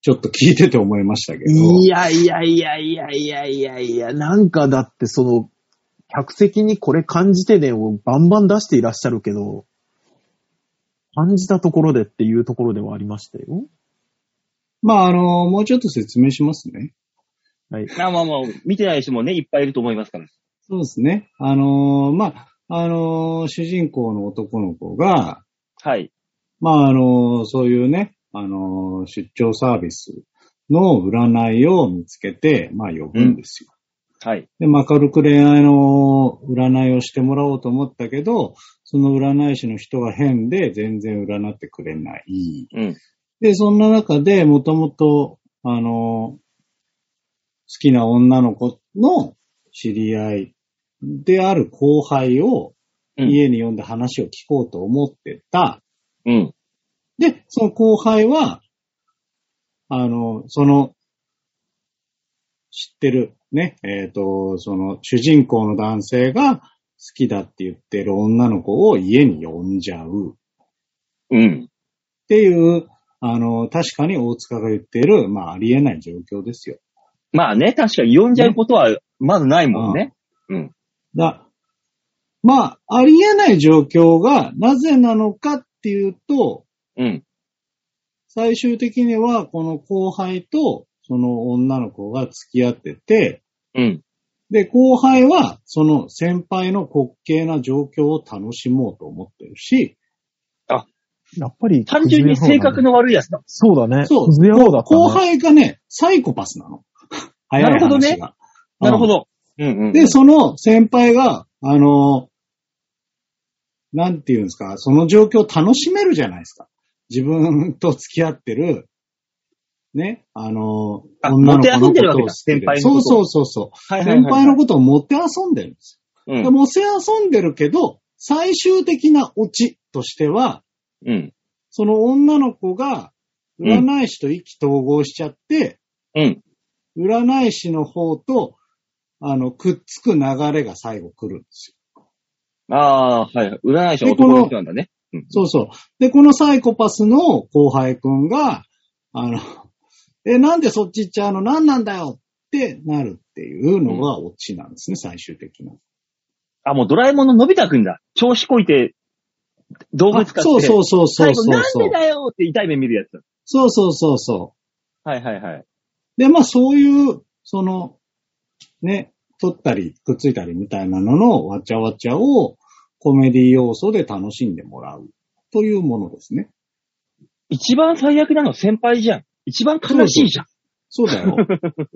S4: ちょっと聞いてて思いましたけど。
S3: いやいやいやいやいやいやいや、なんかだってその、客席にこれ感じてねをバンバン出していらっしゃるけど、感じたところでっていうところではありましたよ。
S4: まあ、あの、もうちょっと説明しますね。
S3: はい。
S2: まあまあまあ、見てない人もね、いっぱいいると思いますから。
S4: そうですね。あの、まあ、あの、主人公の男の子が、
S2: はい。
S4: まあ、あの、そういうね、あの、出張サービスの占いを見つけて、まあ、呼ぶんですよ。
S2: はい。
S4: で、まあ軽く恋愛の占いをしてもらおうと思ったけど、その占い師の人が変で全然占ってくれない。
S2: うん。
S4: で、そんな中で、もともと、あの、好きな女の子の知り合いである後輩を
S2: うん
S4: 家に呼んで話を聞こうと思ってた。
S2: うん。
S4: で、その後輩は、あの、その、知ってる、ね、えっ、と、その、主人公の男性が好きだって言ってる女の子を家に呼んじゃうっ
S2: うん。
S4: ていう、あの、確かに大塚が言ってる、まあ、ありえない状況ですよ。
S2: まあね、確かに呼んじゃうことは、まずないもんね。
S4: だ、まあ、ありえない状況がなぜなのかっていうと、
S2: うん。
S4: 最終的にはこの後輩とその女の子が付き合ってて、
S2: うん。
S4: で、後輩は、その先輩の滑稽な状況を楽しもうと思ってるし、
S3: やっぱり、
S2: 単純に性格
S3: の。
S2: の悪いやつだ。
S3: そうだね。
S4: そう
S3: 崩れようだった、ね。
S4: 後輩がね、サイコパスなの。
S2: なるほどね
S4: 早い話が
S2: なるほ。ど。うんうん。
S4: で、その先輩が、あの、なんていうんですか、その状況を楽しめるじゃないですか。自分と付き合ってる、ね、あの、
S2: あ
S4: 女の子
S2: もてあそ
S4: の
S2: んでるわ
S4: ことを
S2: けだ
S4: 好きで
S2: 先輩の
S4: そ
S2: ことを
S4: うそうそうそう。
S2: はいはいはい
S4: 先輩のことを持って遊んでるんです。
S2: う
S4: で
S2: ん。
S4: 持って遊んでるけど、最終的なオチとしては、
S2: うん。
S4: その女の子が、占い師と意気統合しちゃって、
S2: うん。
S4: 占い師の方と、あの、くっつく流れが最後来るんですよ。
S2: ああー、はい。占い師は
S4: でこ
S2: 男
S4: の
S2: の人なんだね。うん。
S4: そうそう。で、このサイコパスの後輩くんが、あの、 え、なんでそっち行っちゃうの何なんだよってなるっていうのがオチなんですね、最終的な。
S2: あ、もうドラえもんののび太くんだ。調子こいて、動物飼って。
S4: そうそうそうそ
S2: 最
S4: う
S2: 後、
S4: そ
S2: な
S4: うんそ
S2: で
S4: う。
S2: だよって痛い目見るやつだ。
S4: そうそうそうそう。
S2: はいはいはい。
S4: で、まあそういう、その、ね、取ったり、くっついたりみたいなののわちゃわちゃをコメディ要素で楽しんでもらうというものですね。
S2: 一番最悪なの先輩じゃん。一番悲しいじゃん。
S4: そうだ よ。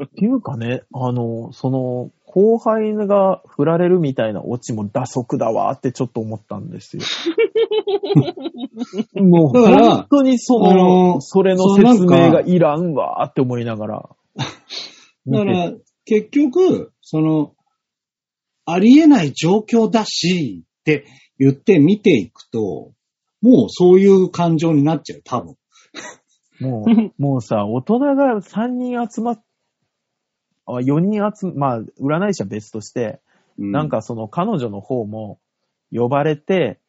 S3: っていうかね、あの、その、後輩が振られるみたいなオチも打足だわってちょっと思ったん ですよ。もう、
S4: だから
S3: 本当にそ
S4: あ
S3: の、
S4: の
S3: それの
S4: そうなんか
S3: 説明がいらんわって思いながら。
S4: だか
S3: 見て
S4: ら、結局、その、ありえない状況だしって言って見ていくと、もうそういう感情になっちゃう、多分。
S3: もう、もうさ、大人が3人集まっ、あ4人集ま、まあ、占い師は別として、
S4: う
S3: なん、かその彼女の方も呼ばれて、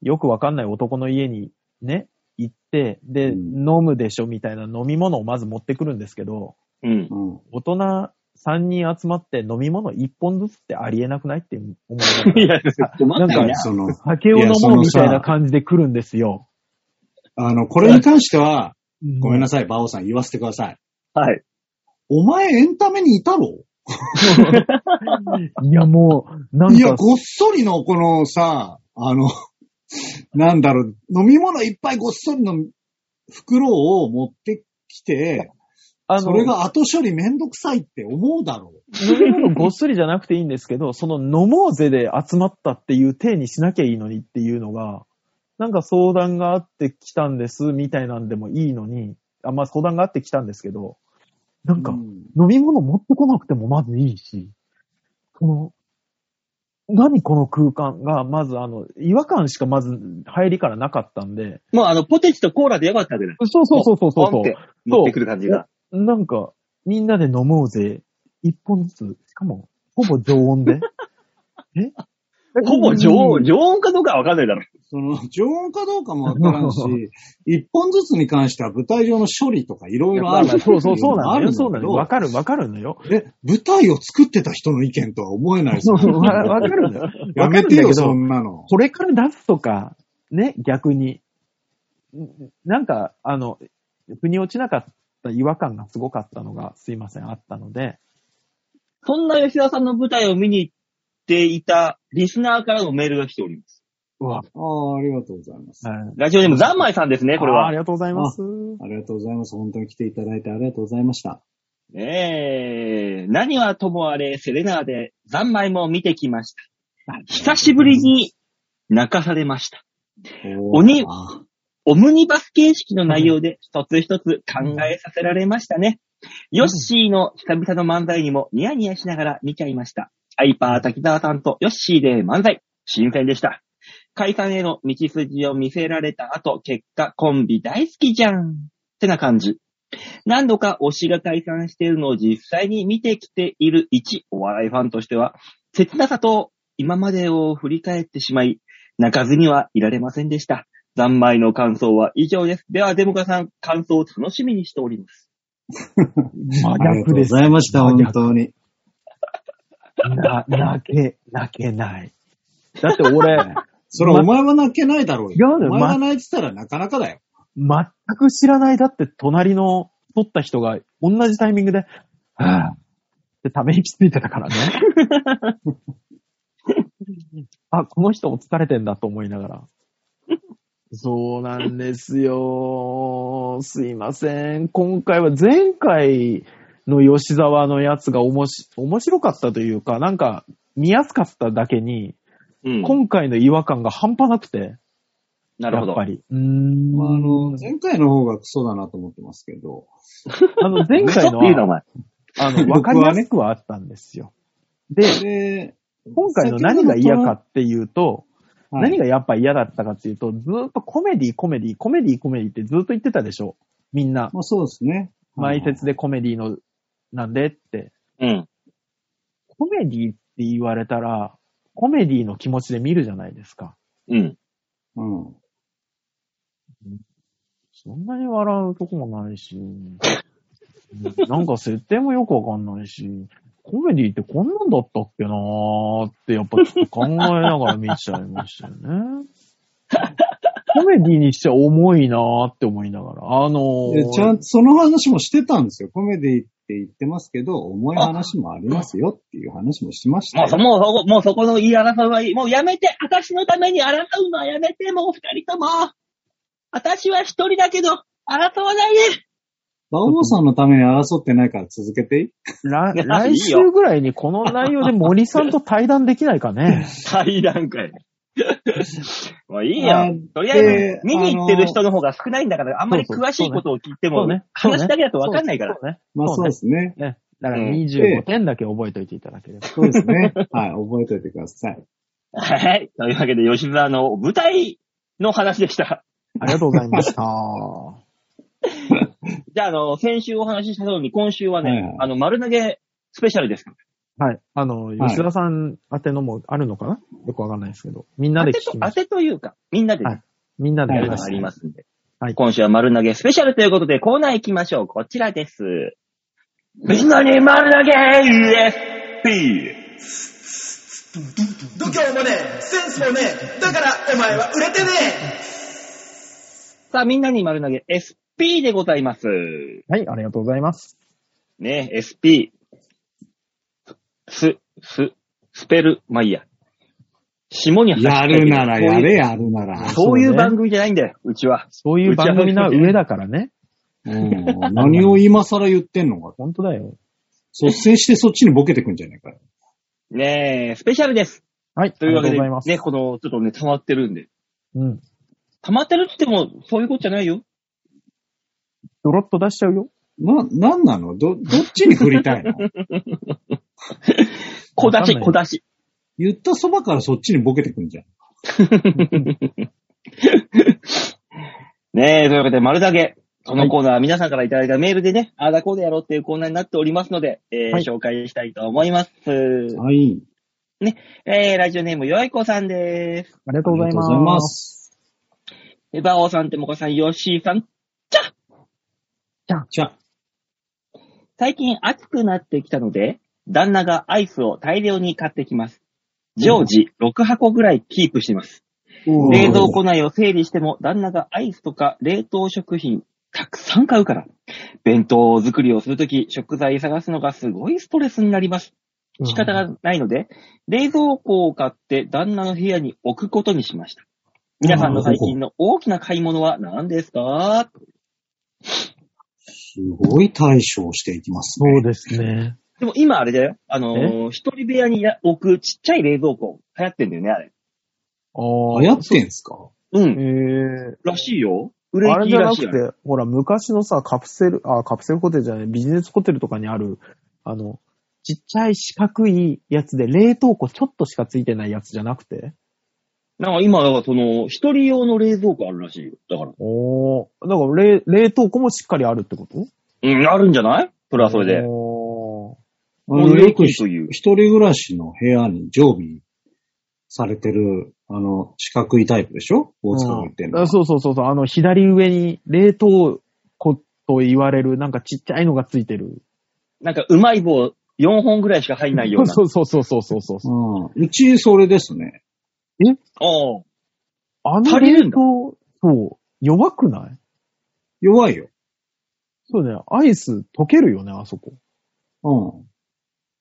S3: よくわかんない男の家にね、行って、で、
S4: うん
S3: 飲むでしょみたいな飲み物をまず持ってくるんですけど、
S2: うん。
S4: うん、
S3: 大人3人集まって飲み物1本ずつってありえなくないって思いなが
S2: い
S3: ら
S2: や、
S3: なんかね
S4: その、
S3: 酒を飲
S4: いやそ
S3: もう
S4: の
S3: み
S4: さ
S3: たいな感じで来るんですよ。
S4: あの、これに関しては、ごめんな
S3: さ
S4: さい、バオさん言わせてください。
S2: はい。
S4: お前エンタメにいたろ
S3: い。いやもう、なん
S4: いや、
S3: か、
S4: ごっそりのこのさ、あの、なんだろう、飲み物いっぱいごっそりの袋を持ってきて、
S3: あ
S4: それが後処理めんどくさいって思うだろう。
S3: 飲み物ごっそりじゃなくていいんですけど、そ の飲もうぜで集まったっていう体にしなきゃいいのにっていうのが、なんか相談があってきたんですみたいなんでもいいのに、あ、まあ相談があってきたんですけど、なんか
S4: う
S3: 飲み物持ってこなくてもまずいいし、この、何この空間が、まずあの、違和感しかまず入りからなかったんで、
S2: もうあの、ポテチとコーラでよかったわけだ。
S3: そうそうそうそうそう
S2: ポンって持ってくる感じが。
S3: なんか、みんなで飲もうぜ。一本ずつ。しかも、ほぼ常 温で。え
S2: ほぼ常温、常温かどうかはわかんないだろ。
S4: その、常温かどうかもわから んし、一本ずつに関しては舞台上の処理とかいろいろある。
S3: そうそうそうなんだ
S4: っ
S3: よ。
S4: てい
S3: そうう
S4: の
S3: なんだよ。
S4: もあ
S3: わ
S4: る
S3: かるわかるんだよ。
S4: けどえ、舞台を作ってた人の意見とは思えないです
S3: そ
S4: よ
S3: う わわかるんだよ。
S4: や
S3: わか
S4: め
S3: るんだ
S4: て
S3: け
S4: よ、そ
S3: ど、
S4: んなの。
S3: これから出すとか、ね、逆に。んなんか、あの、腑に落ちなかった違和感がすごかったのが、すいません、あったので。
S2: そんな吉田さんの舞台を見に行っていたリスナーからのメールが来ております。
S4: あ
S3: わ、
S4: あ、ありがとうございます。
S3: はい。
S2: ラジオネーム、ざんまいさんですね、これ
S3: あーあ
S2: は。
S3: りがとうございます。
S4: ありがとうございます。本当に来ていただいてありがとうございました。
S2: ええ何はともあれ、セレナーで、ざんまいも見てきました。久しぶりに泣かされました。
S4: お
S2: 鬼
S4: あ
S2: オムニバス形式の内容で一つ一つ考えさせられましたね。ヨッシーの久々の漫才にもニヤニヤしながら見ちゃいました。ハイパー滝沢さんとヨッシーで漫才、新鮮でした。解散への道筋を見せられた後、結果コンビ大好きじゃん。ってな感じ。何度か推しが解散しているのを実際に見てきている一お笑いファンとしては、切なさと今までを振り返ってしまい、泣かずにはいられませんでした。残米の感想は以上です。では、デモカさん、感想を楽しみにしております。
S3: 真
S4: りがとう
S3: 逆
S4: ご
S3: です。
S4: ざいました、
S3: 真
S4: 本
S3: 逆
S4: 当に。
S3: な、泣け、泣けない。だって 俺、
S4: それ
S3: ま
S4: お前は泣けないだろうよ。
S3: 違うのよ
S4: お前
S3: ま
S4: が泣いてたらなかなかだよ。
S3: 全く知らないだって隣の撮った人が同じタイミングで、はぁ、ってため息ついてた からね。あ、この人も疲れてんだと思いながら。そうなんですよ。すいません。今回は前回、の吉沢のやつがおもし、面白かったというか、なんか、見やすかっただけに、
S2: うん。
S3: 今回の違和感が半端なくて、
S2: な
S3: や
S2: るほ
S3: っ
S2: ど。
S3: ぱり。うーん。
S4: まあ、あの、前回の方がクソだなと思ってますけど。
S3: あの、前回
S2: 嘘
S3: の
S2: っていうなお
S3: は、
S2: 前。
S3: あの、わかりやすくはあったんですよ。で、
S4: で、
S3: 今回の何が嫌かっていうと、何
S4: が、
S3: がやっぱ嫌だったかっていうと、ずーっとコメディ、コメディ、コメディ、コメディってずーっと言ってたでしょ。みんな。
S4: まあそうですね。
S3: 前説でコメディの、なんでって。
S2: うん。
S3: コメディって言われたら、コメディの気持ちで見るじゃないですか。
S2: うん。
S4: うん。うん。
S3: そんなに笑うとこもないし、 なんか設定もよくわかんないし、コメディってこんなんだったっけなーって、やっぱちょっと考えながら見ちゃいましたよ ね。コメディにしちゃ重いなーって思いながら。あの
S4: で
S3: ー、
S4: ちゃんと、その話もしてたんですよ。コメディって言ってますけど、重い話もありますよっていう話もしました
S2: もうそ、
S4: よ。
S2: もうそこ、もうそこの言い争いはいい。もうやめて私のために争うのはやめてもう二人とも私は一人だけど、争わないで
S4: 馬王さんのために争ってないから続けていい
S3: ら
S2: いやい
S3: 来
S2: いよ
S3: 週ぐらいにこの内容で森さんと対談できないかね。
S2: 対談 会。もういいよ
S4: あ。
S2: とりあえ
S4: で
S2: ず、見に行ってる人の方が少ないんだから、あんまり詳しいことを聞いて
S3: そ
S2: も
S3: うね、そうね
S2: 話だけだと わかんないから。
S3: そうね。
S4: まあ
S3: そ
S4: そうう
S3: ね
S4: ですね。
S3: ね。だから
S2: うん
S3: 25点だけ覚えておいていただければ。
S4: そうですね。はい、覚えておいてください。
S2: はい。というわけで、吉沢の舞台の話でした。
S3: ありがとうございました。
S2: じゃあ、あの、先週お話ししたように、今週はね、
S4: はいはい
S2: あの、丸投げスペシャルです。
S3: はい。あの、
S4: はい
S3: 吉田さん宛てのもあるのかなよくわかんないですけど。みんな
S2: 当
S3: で
S2: て
S3: 聞
S2: と
S3: き、ま
S2: 当
S3: す。
S2: てというか、みんなで
S3: はいみんなで
S2: や
S3: や
S2: る
S3: り
S2: のが
S3: まし
S2: あ
S3: た
S2: りますんで。
S3: はい
S2: 今週は丸投げスペシャルということで、コーナー行きましょう。こちらです。みんなに丸投げ !USP!
S1: 度胸もねえセンスもねえだからお前は売れてねえ
S2: さあ、みんなに丸投げ SP でございます。
S3: はい、ありがとうございます。
S2: ね、SP。す、す、スペル、まあいいや。下に
S4: やるならやれ、
S2: や。
S4: やるなら。
S2: そういう
S3: そうね
S2: 番組じゃないんだよ、うちは。
S3: そういう番組の上だからね。
S4: うん何を今更言ってんのか。
S3: 本当だよ。
S4: 率先してそっちにボケてくんじゃねえかよ。
S2: ねえ、スペシャルです。
S3: はい、あ
S2: と
S3: り
S2: いう
S3: が
S2: わ
S3: と
S2: けで、
S3: うございます。
S2: ね、この、ちょっとね、溜まってるんで。
S3: うん。
S2: 溜まってるって言っても、そういうことじゃないよ。
S3: ドロッと出しちゃうよ。
S4: な、なんなのど、どっちに振りたい の
S2: 小
S3: わ
S2: 出
S3: かん
S2: し、
S3: ない
S2: 小出し。
S4: 言ったそばからそっちにボケてくんじゃん。
S2: ねえ、というわけで、丸投げ。このコーナーは皆さんからいただいたメールでね、ああだこうでやろうっていうコーナーになっておりますので、えー
S3: はい
S2: 紹介したいと思います。
S4: はい。
S2: えー、ラジオネーム、よいこさんです。
S3: ありが
S4: あ
S3: とうございます。
S4: す。
S2: エバオさん、てもこさん、ヨッシーさん。
S4: じゃあ、
S2: 最近暑くなってきたので、旦那がアイスを大量に買ってきます。常時6箱ぐらいキープしています。
S4: うん
S2: 冷蔵庫内を整理しても、旦那がアイスとか冷凍食品たくさん買うから。弁当作りをするとき、食材探すのがすごいストレスになります。
S3: うん
S2: 仕方がないので、冷蔵庫を買って旦那の部屋に置くことにしました。皆さんの最近の大きな買い物は何ですか
S4: すごい対処をしていきます
S3: そ
S4: ね。
S3: うですね。
S2: でも今あれだよ。あのー一人部屋にや置くちっちゃい冷蔵庫、流行ってんだよね、あれ。
S3: あー
S4: 流行ってんすか
S2: う
S3: え
S2: ん。
S3: ー、
S2: らしいよ。売れ
S3: あ
S2: 行
S3: れ
S2: き
S3: じゃ
S2: ら
S3: な
S2: しいよ。
S3: くて、ほら、昔のさ、カプセル、あ、カプセルホテルじゃない、ビジネスホテルとかにある、あの、ちっちゃい四角いやつで、冷凍庫ちょっとしかついてないやつじゃなくて。
S2: なんか今、だからその、一人用の冷蔵庫あるらしいよ。だから。
S3: おー。だから冷、冷凍庫もしっかりあるってこと
S2: うん、あるんじゃないそれはそれで。
S3: おー
S4: あの、よくひ
S2: という
S4: 一人暮らしの部屋に常備されてる、あの、四角いタイプでしょ大塚が言ってる
S3: あ
S4: の。
S3: そうそうそうそう、あの、左上に冷凍庫と言われる、なんかちっちゃいのがついてる。
S2: なんか、うまい棒4本ぐらいしか入んないような。
S3: そうそうそうそうそうそうそう。
S4: うん。うち、それですね。
S2: おう
S3: あの
S2: 足りる
S3: 冷
S2: んだ
S3: 凍、そう、弱くない
S4: 弱いよ。
S3: そうね、アイス溶けるよね、あそこ。
S4: うん。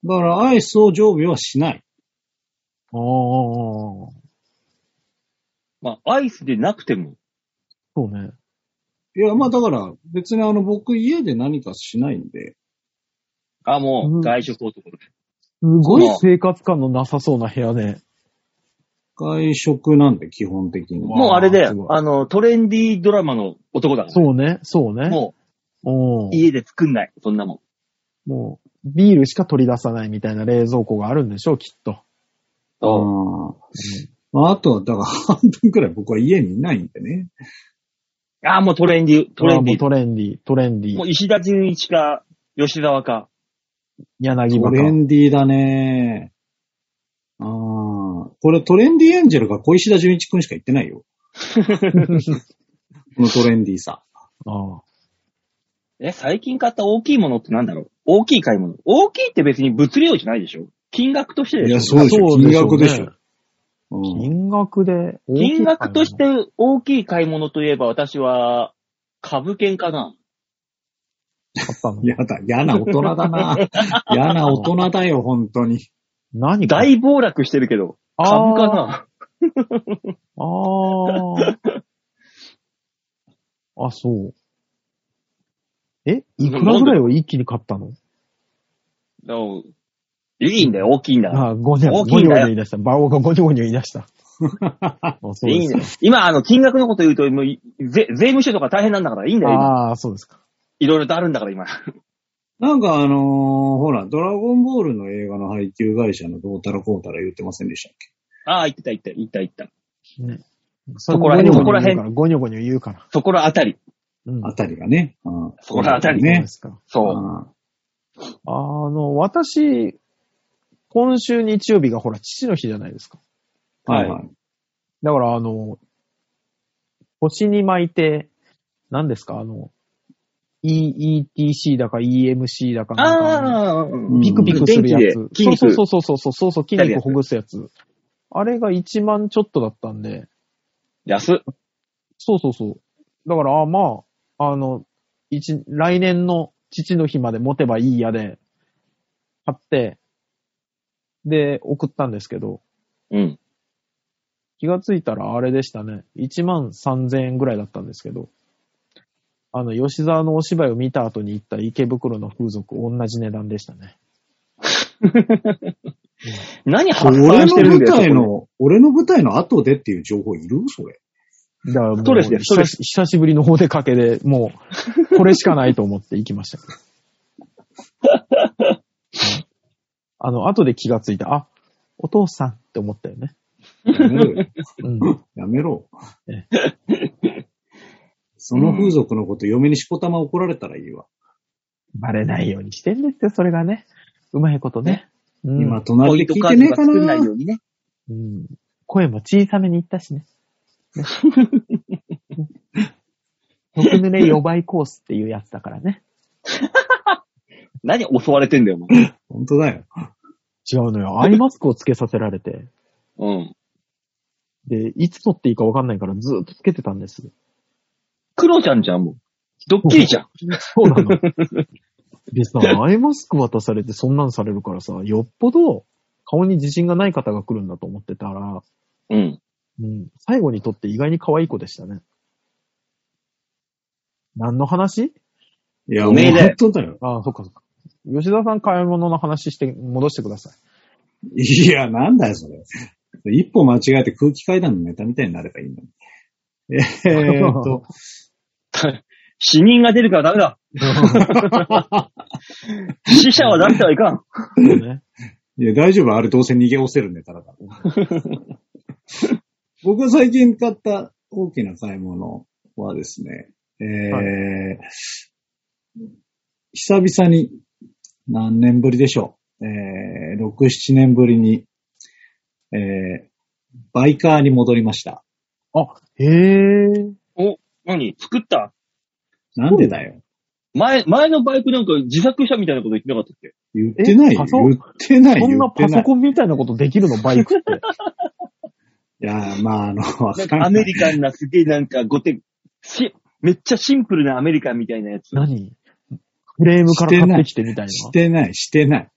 S4: だから、アイスを常備はしない。
S3: ああ、
S2: まあ、アイスでなくても。
S3: そうね。
S4: いや、まあだから、別にあの、僕家で何かしないんで、
S2: あ、も
S3: う
S2: う、
S3: ん
S2: 外食男です。
S3: すごい生活感のなさそうな部屋ね。
S4: 外食なんで、基本的に。
S2: もうあれだ
S3: すご
S2: よ
S3: い。
S2: あの、トレンディードラマの男だから。
S3: そうね、そうね。
S2: も
S3: も
S2: う、家で作んない。そんなもん。
S3: う、もう、ビールしか取り出さないみたいな冷蔵庫があるんでしょう、きっと。
S2: そう
S4: うんあと、だから半分くらい僕は家にいないんでね。
S2: あ、もうトレンディー、トレンディ
S3: ああもうトレンディー、トレンディ
S2: ー。も
S3: ー、
S2: う石田純一か、吉沢か。
S3: 柳
S4: ト
S3: 葉
S4: レ
S3: か。
S4: ンディーだね。ああ、これトレンディエンジェルが小石田純一くんしか言ってない よ。このトレンディーさ。
S3: ああ
S2: え、最近買った大きいものってなんだろう大きい買い物。大きいって別に物量じゃないでしょ金額としてでし
S4: い
S2: ょ
S4: やそうでしょ
S3: そうでしょうね
S4: 金額でしょうん、
S3: 金額で、
S2: 金額として大きい買い物といえば私は、株券かな。
S3: 買ったの。
S4: やだ、嫌な大人だな。嫌な大人だよ、本当に。
S3: 何か
S2: 大暴落してるけど、株かな。
S3: あーあー。あ、そう。えいくらぐらいを一気に買ったの
S2: でもいいんだよ、大きいんだから。
S3: あー、ごにゃ、ご
S2: 大
S3: に
S2: きいん
S3: ょごに
S2: だ
S3: ょ
S2: よ
S3: 言い出した。バオがごにょごにょ言い 出した。あそう
S2: い
S3: で
S2: いん
S3: す
S2: だ
S3: か
S2: よ。今、あの、金額のこと言うと、もうい、ぜ税務署とか大変なんだから、いいんだよ、今。
S3: ああ、そうですか。
S2: いろいろとあるんだから、今。
S4: なんかあのーほら、ドラゴンボールの映画の配給会社のどうたらこうたら言ってませんでしたっけ
S2: ああ、言ってた、言ってた、言った、言った。
S3: そ
S2: こら辺
S3: そこら辺。ごにょごにょ言うから。
S2: そこらあたり。
S3: うん。
S4: あたりがね。うん
S2: そこらあたり
S3: そうで
S4: ね。
S3: すか。
S4: う
S2: そう。
S4: ん
S3: あの、私、今週日曜日がほら、父の日じゃないですか。
S4: はいはい。
S3: だから、あの、星に巻いて、何ですかあの、E- ETC だか EMC だかなんかあ
S2: あ
S3: の
S2: あ、
S4: ん
S3: ピクピクするやつ。
S2: 電気で筋肉
S3: そうそうそうそうそうそう、筋
S2: やるや
S3: 肉
S2: つ
S3: ほぐすやつ。あれが1万ちょっとだったんで、
S2: 安っ。
S3: そうそうそう。だから、あまあ、あの、一、来年の父の日まで持てばいいやで、買って、で、送ったんですけど、
S2: うん。
S3: 気がついたらあれでしたね。1万3000円ぐらいだったんですけど、あの、吉沢のお芝居を見た後に行った池袋の風俗、同じ値段でしたね。
S2: 何発
S4: 俺
S2: 散してる
S4: の
S2: ん
S4: 舞
S2: だよ。
S4: 台
S2: そこ
S4: の、俺の舞台の後でっていう情報いるそれ。
S3: だからもう
S2: ストレスだよストレス
S3: 久し久しぶりの方でかけで、もう、これしかないと思って行きましたけど。 うんあの、後で気がついた。あ、お父さんって思ったよね。
S4: やめろよ。
S3: うん。
S4: やめろ
S3: え。
S4: その風俗のこと、嫁にしこたま怒られたらいいわ。
S3: バレないようにしてんですよ、それがね。うまいことね。うん
S4: 今、
S2: でポ
S4: 隣
S2: イン
S4: で
S2: ト
S4: 聞い
S2: カ
S4: て
S2: ード
S4: ね
S2: と
S4: え
S2: か
S4: か
S2: 作んない
S4: な
S2: ようにね。
S3: うん声も小さめに言った しね。ね特濡れ予倍コースっていうやつだからね。
S2: 何襲われてんだよ、お
S4: 本当だよ。
S3: 違うのよ。アイマスクをつけさせられて。
S2: 前。うん。
S3: で、いつ取っていいかわかんないからずーっとつけてたんです。
S2: 黒ちゃんじゃん、もう。ドッキリじゃん。
S3: そうなの。でさ、アイマスク渡されてそんなんされるからさ、よっぽど顔に自信がない方が来るんだと思ってたら、
S2: うん。
S3: うん、最後にとって意外に可愛い子でしたね。何の話
S4: いや、
S2: お
S4: もう
S2: めえだよ
S4: 本当だよ。
S3: ああ、そっかそっか。吉田さん買い物の話して、戻してください。
S4: いや、なんだよ、それ。一歩間違えて空気階段のネタみたいになればいいのに。えーっと、
S2: 死人が出るからダメ だ。死者は出してはいかん。
S3: ね、
S4: いや、大丈夫、あれどうせ逃げ押せるネタだから。 僕が最近買った大きな買い物はですね、えー
S3: は
S4: 久々に、何年ぶりでしょう。えー、6、7年ぶりに、えー、バイカーに戻りました。
S3: あ、へえ。
S2: 何作った
S4: なんでだよ。
S2: 前、前のバイクなんか自作したみたいなこと言ってなかったっけ
S4: 言ってない
S3: え
S4: よ
S3: パ。ソ
S4: 言ってない
S3: そ
S4: よ。
S3: ん
S4: 言
S3: な
S4: ってな
S3: パソ
S4: い。
S3: コンみたいなことできる のバイクって。
S4: いやー、まあ、あの、わ
S2: な
S4: か
S2: んか
S4: ん
S2: ア
S4: な
S2: メ
S4: い。
S2: リカンなすげえなんかごて、し、めっちゃシンプルなアメリカンみたいなやつ。
S3: 何フレームから買ってきてみたいな。
S4: してない、してない。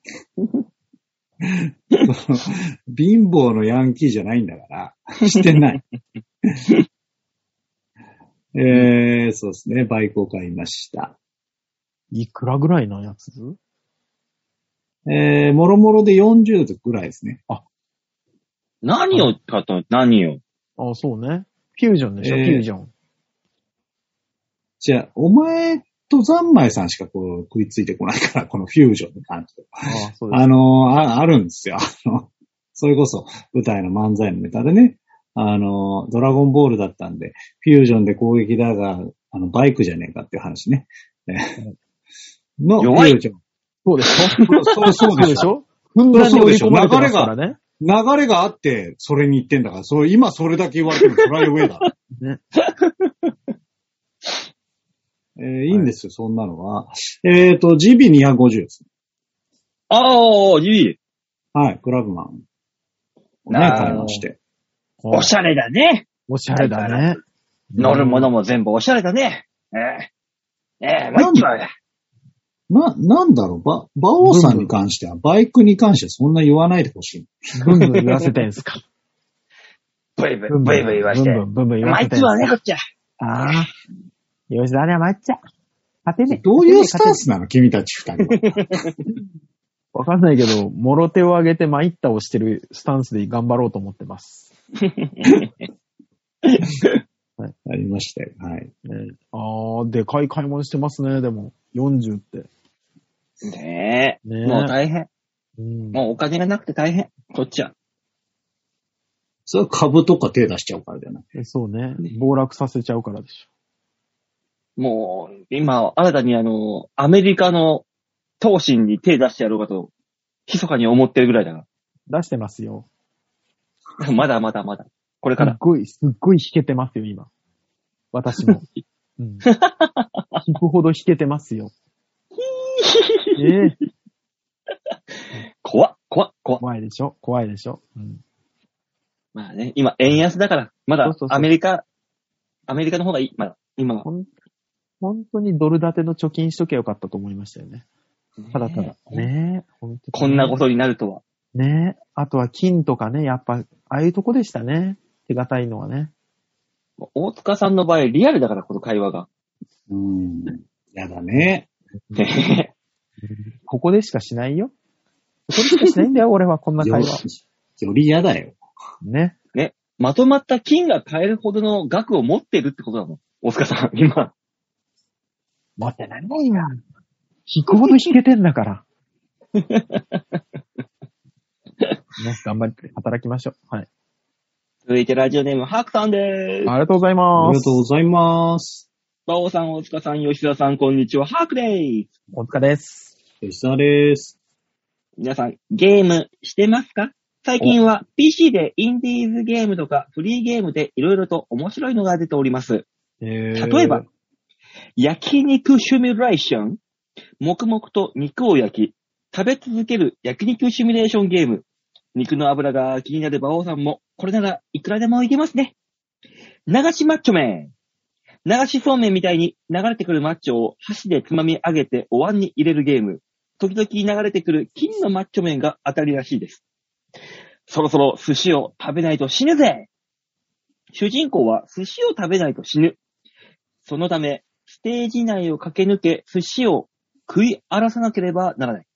S4: 貧乏のヤンキーじゃないんだから、してない。えー、そうですね、バイクを買いました。
S3: いくらぐらいのやつ
S4: えー、もろもろで40度ぐらいですね。
S2: 何をかと、何を。
S3: あ、そうね。フュージョンでしょ、
S4: ええ
S3: フュージョン。
S4: じゃあ、お前と三昧さんしかこう食いついてこないから、このフュージョンの感じと。
S3: ああ、そうです。
S4: あのあ、あるんですよ。 あの、それこそ舞台の漫才のネタでね、あの、ドラゴンボールだったんで、フュージョンで攻撃だが、あの、バイクじゃねえかっていう話ね。ねの、フ
S2: 弱い
S4: ュージョン。
S3: そうでし
S4: そうそう
S3: ょそう
S4: で
S3: で
S4: し
S3: し
S4: ょ。
S3: ょふんだんに織り込まれてますからね。
S4: 流れがあって、それに言ってんだから、そう、今それだけ言われてもトライウェイだ。
S3: ね
S4: えーいいんですよ、そんなのは。えっ、と、GB250 です。
S2: ああ、いい。
S4: はい、クラブマン。ね、
S2: なあ
S4: 買いまして。
S3: お
S2: おしゃれだね。
S3: おしゃれだね。
S2: 乗るものも全部おしゃれだね。ええ。ええ、もう一枚だ。
S4: な、なんだろう、ば、馬王さんに関しては、バイクに関してはそんな言わないでほしい。
S3: ブンブン言わせてんすか。
S2: ブイブイ、
S3: ブン
S2: ブ
S3: ブ
S2: イ
S3: ン
S2: ブイ言わして。
S3: ブンブンブンブン言わ
S2: まあ、
S3: せ
S2: い
S3: て
S2: つ
S3: んす
S2: はね、こっちは。
S3: ああ。よし、あれは参っちゃ。勝てねえ。
S4: どういうスタ
S3: 勝てねえ
S4: ンスなの君たち二人は。
S3: わかんないけど、もろ手を上げて参ったをしてるスタンスで頑張ろうと思ってます。
S4: ありまして。はい。
S3: ああ、でかい買い物してますね、でも。40って。
S2: ねえ。
S3: ねえ
S2: もう大変。
S3: うん。
S2: もうお金がなくて大変。こっちは。
S4: それは株とか手出しちゃうからじゃない。
S3: そうね
S2: ね。
S3: 暴落させちゃうからでし
S2: もう、今、新たにあの、アメリカの投信に手出してやろうかと、密かに思ってるぐらいだか
S3: ょ。出してますよ。
S2: ら。 まだまだまだ。これ
S3: す
S2: か
S3: っ
S2: ら。
S3: ごい、すっごい弾けてますよ、今。私も。うん、弾くほど弾けてます よ。ええ
S2: 怖っ、怖っ、怖っ。
S3: 怖いでしょ怖いでしょ、うん、
S2: まあね、今、円安だから、まだ
S3: そうそうそう
S2: アメリカ、アメリカの方がいい、まだ、今は
S3: ほ。ん本当にドル建ての貯金しとけよかったと思いましたよね。ただただ。ねえ。本当に
S2: こんなことになるとは。
S3: ねえ。あとは金とかね、やっぱ、ああいうとこでしたね。手堅いのはね。
S2: 大塚さんの場合、リアルだから、この会話が。
S4: うん。やだね。
S2: ね
S3: ここでしかしないよ。ここでしかしないんだよ、俺は、こんな
S4: よ
S3: 会話。
S4: よりやだよ。
S3: ね。
S2: まとまった金が買えるほどの額を持ってるってことだもん。大塚さん、今。
S3: 持ってないね、今。引くほど引けてんだ から。ね、頑張って働きましょう。はい。
S2: 続いてラジオネーム、ハクさんでーす。
S3: ありがとうござい
S4: あ
S3: ま
S4: りが
S3: す
S4: と。うございます。
S2: 馬王さん、大塚さん、吉田さん、こんにちは。ハークでーす。
S3: お疲れです。
S4: 吉沢です。
S2: 皆さん、ゲームしてますか最近は PC でインディーズゲームとかフリーゲームでいろいろと面白いのが出ております。例
S3: 例
S2: えば、、焼肉シミュレーション、黙々と肉を焼き、食べ続ける焼肉シミュレーションゲーム、肉の油が気になる馬王さんも、これならいくらでもいけますね。流しマッチョ麺。流しそうめんみたいに流れてくるマッチョを箸でつまみ上げてお椀に入れるゲーム。時々流れてくる金のマッチョ麺が当たりらしいです。そろそろ寿司を食べないと死ぬぜ主人公は寿司を食べないと死ぬ。そのため、ステージ内を駆け抜け、寿司を食い荒らさなければならない。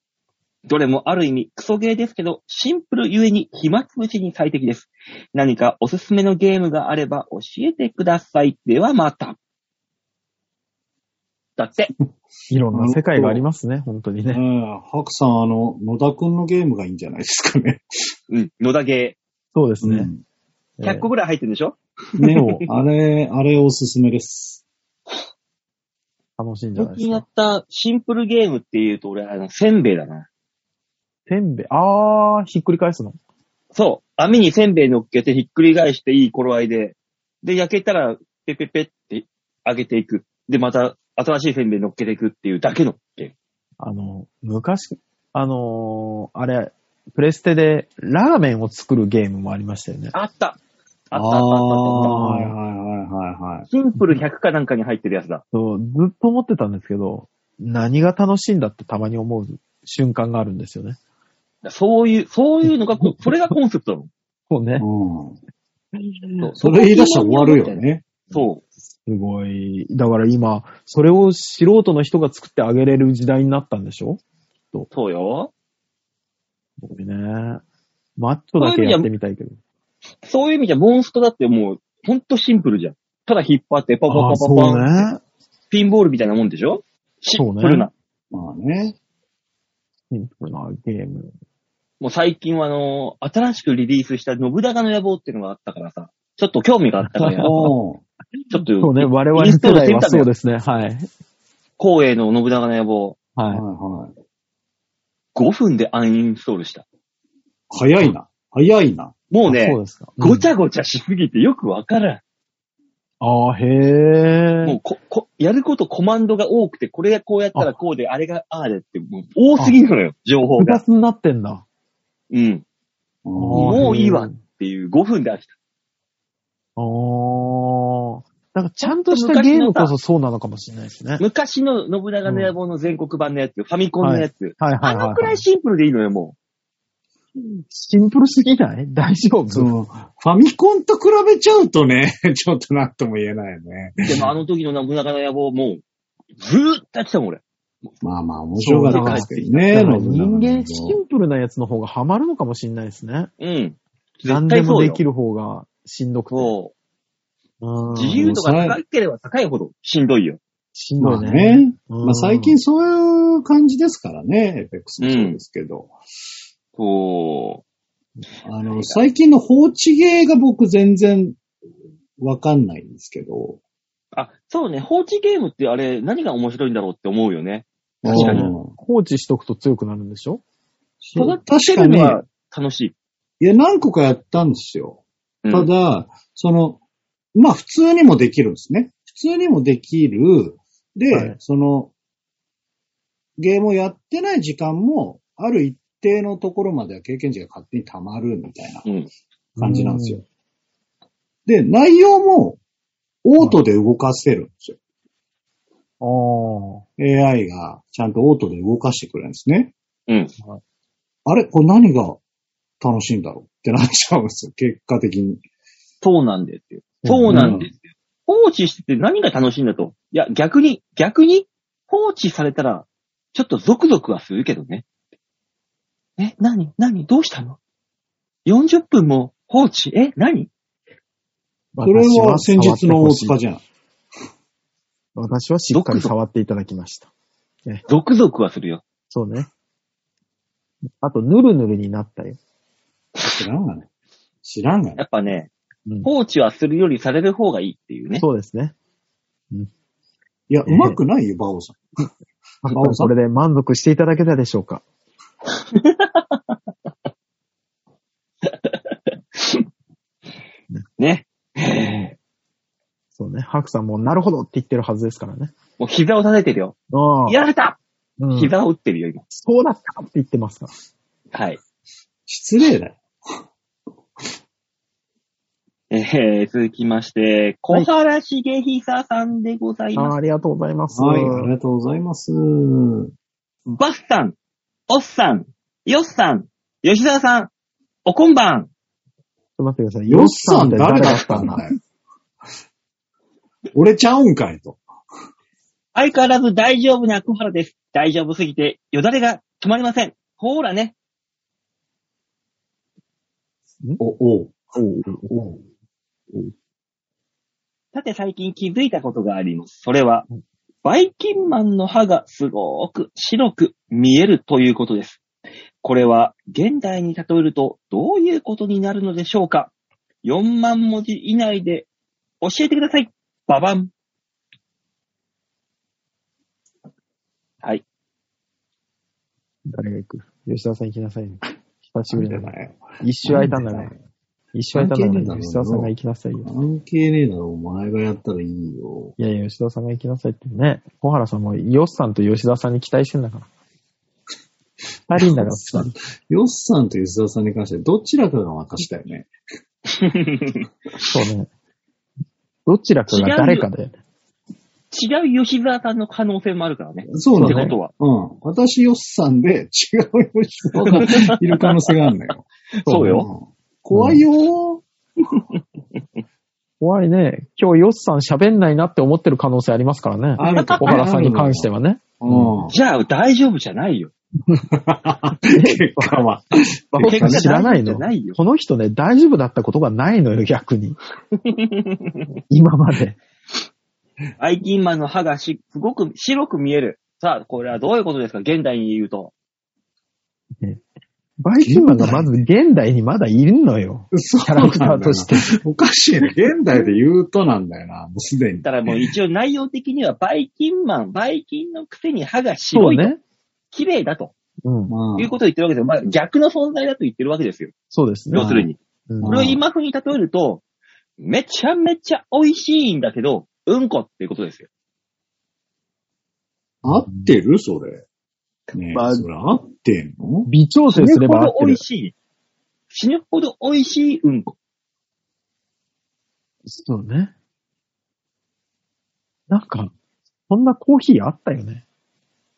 S2: どれもある意味クソゲーですけど、シンプルゆえに暇つぶしに最適です。何かおすすめのゲームがあれば教えてください。ではまた。だって。
S3: いろんな世界がありますね、本当に
S4: う
S3: ね。
S4: ん。白さん、あの、野田くんのゲームがいいんじゃないですかね。
S2: うん、野田ゲ
S3: そうです
S4: う
S3: ね。
S4: ん
S2: ー。100個ぐらい入ってるでしょ、
S4: ねを、あれ、あれおすすめです。
S3: えー楽しいんじゃない
S2: 最
S3: で
S2: 近
S3: す
S2: や
S3: か。
S2: ったシンプルゲームっていうと俺、あの、せんべいだな。
S3: せんべい、あー、ひっくり返すの。
S2: そう。網にせんべい乗っけてひっくり返していい頃合いで。で、焼けたら、ペペペって揚げていく。で、また新しいせんべい乗っけていくっていうだけのゲーム。
S3: あの、昔、あのーあれ、プレステでラーメンを作るゲームもありましたよね。
S2: あった。あ
S4: あ
S2: ったあったあったあっ
S4: はいはいはいはいはい。
S2: た。シンプル100かなんかに入ってるやつだ。
S3: そうずっと思ってたんですけど、何が楽しいんだってたまに思う瞬間があるんですよね。
S2: そういう、そういうの がこう、それがコンセプトなの。
S3: そうね。
S4: うん。
S2: そう
S4: それ言い出したら終わるよ。ね。
S2: そう。
S3: すごい。だから今、それを素人の人が作ってあげれる時代になったんでしょ
S2: そうよ。
S3: ごいね。マッチョだけやってみたいけど。
S2: そういう意味じゃ、モンストだってもう、ほんとシンプルじゃん。ただ引っ張って、パパ
S3: ああ、
S2: パ
S3: そ
S2: パパン、
S3: うね。
S2: ピンボールみたいなもんでしょシ
S3: そう
S2: ン
S3: ね
S2: プルな。
S4: まあね。
S3: シンプルなゲーム。
S2: もう最近はあの、新しくリリースした信長の野望っていうのがあったからさ、ちょっと興味があったからや、ち ょ
S4: おー
S2: っと、
S3: そうね、我々世代はそうですね。はい。
S2: 光栄の信長の野望、
S4: は
S3: はいい。
S4: はい。
S2: 5分でアンインストールした。
S4: 早いな。早いな。
S2: もうね
S3: そ、うですか。
S2: ごち
S3: ゃ、
S2: ゃごちゃしすぎてよくわから
S3: ああ、へ
S2: ん。も
S3: え
S2: う。こ、こ、やることコマンドが多くて、これやこうやったらこうで、あれがああでって、もう多すぎるのよ、情報
S3: 複
S2: が。
S3: 雑になってんだ。
S2: うん。
S4: うん
S2: あもういいわ
S3: あ
S2: っていう5分で飽きた。
S3: あ。なんかちゃんとしたゲームこそそうなのかもしれないですね。
S2: 昔の信長の野望の全国版のやつ、ファミコンのやつ。
S3: はいは
S2: あ
S3: いはい、
S2: のくら
S3: はいい。
S2: シンプルでいいのよ、も
S3: シンプルすぎない 大丈夫
S4: そのファミコンと比べちゃうとね、 ちょっとなんとも言えないよね。
S2: う。でもあの時の信長の野望、もう、ずーっとやってたもん、俺。
S4: まあまあ、面白かったですけどね
S3: だ。から人間シ
S4: 信
S3: ンプルなやつの方がハマるのかもしれないですね。
S2: うん。
S3: 何
S2: 絶対
S3: でも
S2: そう
S3: で
S2: よ。
S3: きる方がしんどくて。
S2: そうう。
S3: ん
S2: 自由度が高ければ高いほどしんどいよ。
S3: しん
S4: ま
S3: ど
S4: あ
S3: いね。
S4: ね。
S3: うん
S4: まあ最近そういう感じですからね、エペックスもそうですけど。
S2: そう。
S4: あの、最近の放置芸が僕全然わかんないんですけど。
S2: あ、そうね。放置ゲームってあれ、何が面白いんだろうって思うよね。確かに
S4: うん
S3: 放置しとくと強くなるんでしょ
S4: そう
S2: 育
S4: 確
S2: て
S4: か
S2: る
S4: に
S2: の、は楽しい。
S4: いや、何個かやったんですよ。
S2: うん
S4: ただ、その、まあ普通にもできるんですね。普通にもできる。で、
S3: はい
S4: その、ゲームをやってない時間も、ある一定のところまでは経験値が勝手に溜まるみたいな
S2: うん。
S4: 感じなんですよ。で、内容も、オートで動かせるんですよ。
S3: うん。あ
S4: AI がちゃんとオートで動かしてくれるんですね。
S2: うん。
S4: あれこれ何が楽しいんだろうってなっちゃうんですよ。結果的に。
S2: そうなんですよ。
S3: うん
S2: そうなんですよ。放置してて何が楽しいんだと。いや、逆に、逆に、放置されたら、ちょっとゾクゾクはするけどね。え、何何どうしたの ?40 分も放置え、何
S3: あ。
S4: それは先日の大塚じ
S3: ゃん。
S4: ゃん。
S3: 私はしっかり触っていただきました。
S2: ゾクゾクはするよ。
S3: そうね。あと、ぬるぬるになったよ。
S4: 知らんがね。知らんがね
S2: や。っぱね、
S3: うん
S2: 放置はするよりされる方がいいっていうね。
S3: そうですね。
S4: いや、
S3: ええ
S4: うまくないよ、バオさん。
S3: あ
S4: 馬王さん
S3: これで満足していただけたでしょうか
S2: ね。
S3: そうね。ハクさんも、なるほどって言ってるはずですからね。
S2: もう膝を立ててるよ。
S3: ああ。
S2: やられた
S3: うん、
S2: 膝を打ってるよ、今。
S3: そうだったって言ってますから。
S2: はい。
S4: 失礼だよ。
S2: えー、続きまして、小原茂久さんでござい
S3: あ
S2: ます。
S3: あありがとうございます。
S4: はい、ありがとうございます。
S2: バスさん、おっさん、よっさん、吉沢さん、おこんばん。
S3: ちょっと待ってください。
S4: よっさん誰だったんだよ。俺ちゃうんかいと。
S2: 相変わらず大丈夫な小原です。大丈夫すぎて、よだれが止まりません。ほーらね。
S4: お、おう、
S3: おう
S4: おう。
S2: さて最近気づいたことがあります。それは、バイキンマンの歯がすごく白く見えるということです。これは現代に例えるとどういうことになるのでしょうか ?4 万文字以内で教えてください。ババン。はい。
S3: 誰が行く吉田さん行きなさいよ。久しぶりだな。
S4: だよ。
S3: 一周空いたんだから。一周空いたんだか
S4: 関係ねえだろ
S3: ら、吉田さんが行きなさいよ。
S4: 関係ねえだろ、お前がやったらいいよ。
S3: いやいや、吉田さんが行きなさいってね。小原さんも、ヨッさんと吉田さんに期待してんだから。二人だから、二人。
S4: よっさんと吉沢さんに関してどちらかが沸かしたよね。
S3: そうね。どちらかが誰かだよね。
S2: 違う吉沢さんの可能性もあるからね。
S4: そう
S2: っ
S4: な
S2: て
S4: の、
S2: こ
S4: ね
S2: と。は。
S4: うん。私よっさんで違う吉沢がいる可能性があるんだよ。
S2: そうよ。
S4: うん。怖いよー。
S3: 怖いね。今日ヨッさん喋んないなって思ってる可能性ありますからね。
S4: あると
S3: 小原さんに関してはね。
S4: うん。
S2: じゃあ大丈夫じゃないよ。
S4: 結果は。
S3: バオさん知らない
S2: じゃ
S3: の
S2: ないよ。
S3: この人ね、大丈夫だったことがないのよ、逆に。今まで。
S2: バイキンマンの歯がし、すごく白く見える。さあ、これはどういうことですか現代に言うと。
S3: バイキンマンがまず現代にまだいるのよ。
S4: そう
S3: キャラクターとして。
S4: おかしいね。現代で言うとなんだよ な、もうすでに。
S2: だからもう一応内容的には、バイキンマン、バイキンのくせに歯が
S3: そ
S2: 白
S3: う
S2: いと、
S3: ね。
S2: 綺麗だと
S3: うん。
S4: まあ
S2: いうことを言ってるわけですよ。まあ逆の存在だと言ってるわけですよ。
S3: そうです
S2: 要
S3: ね
S2: す。るに。
S3: うん
S2: これを今風に例えると、めちゃめちゃ美味しいんだけど、うんこっていうことですよ。
S4: 合ってるそれ。ねえ
S3: まあ
S4: それ合ってんの
S3: 微調整すれば
S2: 死
S3: 合
S2: ぬほど
S3: って
S2: 美
S3: る
S2: 味。しい。死ぬほど美味しいうんこ。
S3: そうね。なんか、そんなコーヒーあったよね。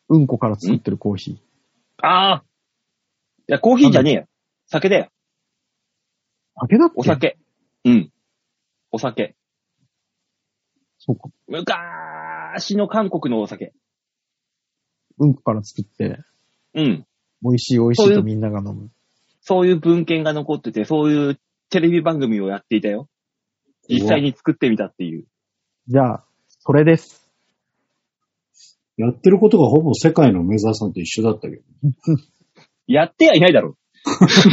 S3: うんこから作ってるコーヒー。
S2: ああ。いや、コーヒーじゃねえよ。酒だよ。
S3: 酒だっけ
S2: お。酒。うん。お酒。
S3: そうか。
S2: 昔の韓国のお酒。
S3: うんこから作って、
S2: うん。
S3: 美味しい美味し
S2: そう
S3: い
S2: いう
S3: とみんなが飲む。
S2: そういう文献が残ってて、そういうテレビ番組をやっていたよ。実際に作ってみたっていう。
S3: じゃあ、それです。
S4: やってることがほぼ世界の梅沢さんと一緒だったけど。
S2: やってはいないだろ。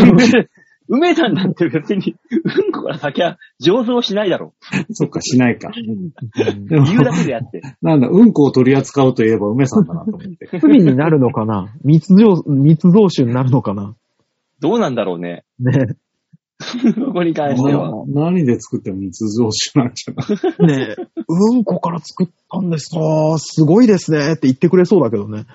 S2: 梅さんなんて別に、うんこから酒は上手をしないだろ。
S4: そっか、しないか。
S3: うん
S4: でも
S2: 言うだけでやって。
S4: なんだ、うんこを取り扱うといえば梅さんだなと思 って。
S3: 罪になるのかな密造、密造酒になるのかな
S2: どうなんだろうね。
S3: ね
S2: ここに関しては。
S4: 何で作っても密造酒なんじゃない
S3: え。ねえ。うんこから作ったんですかすごいですね。って言ってくれそうだけどね。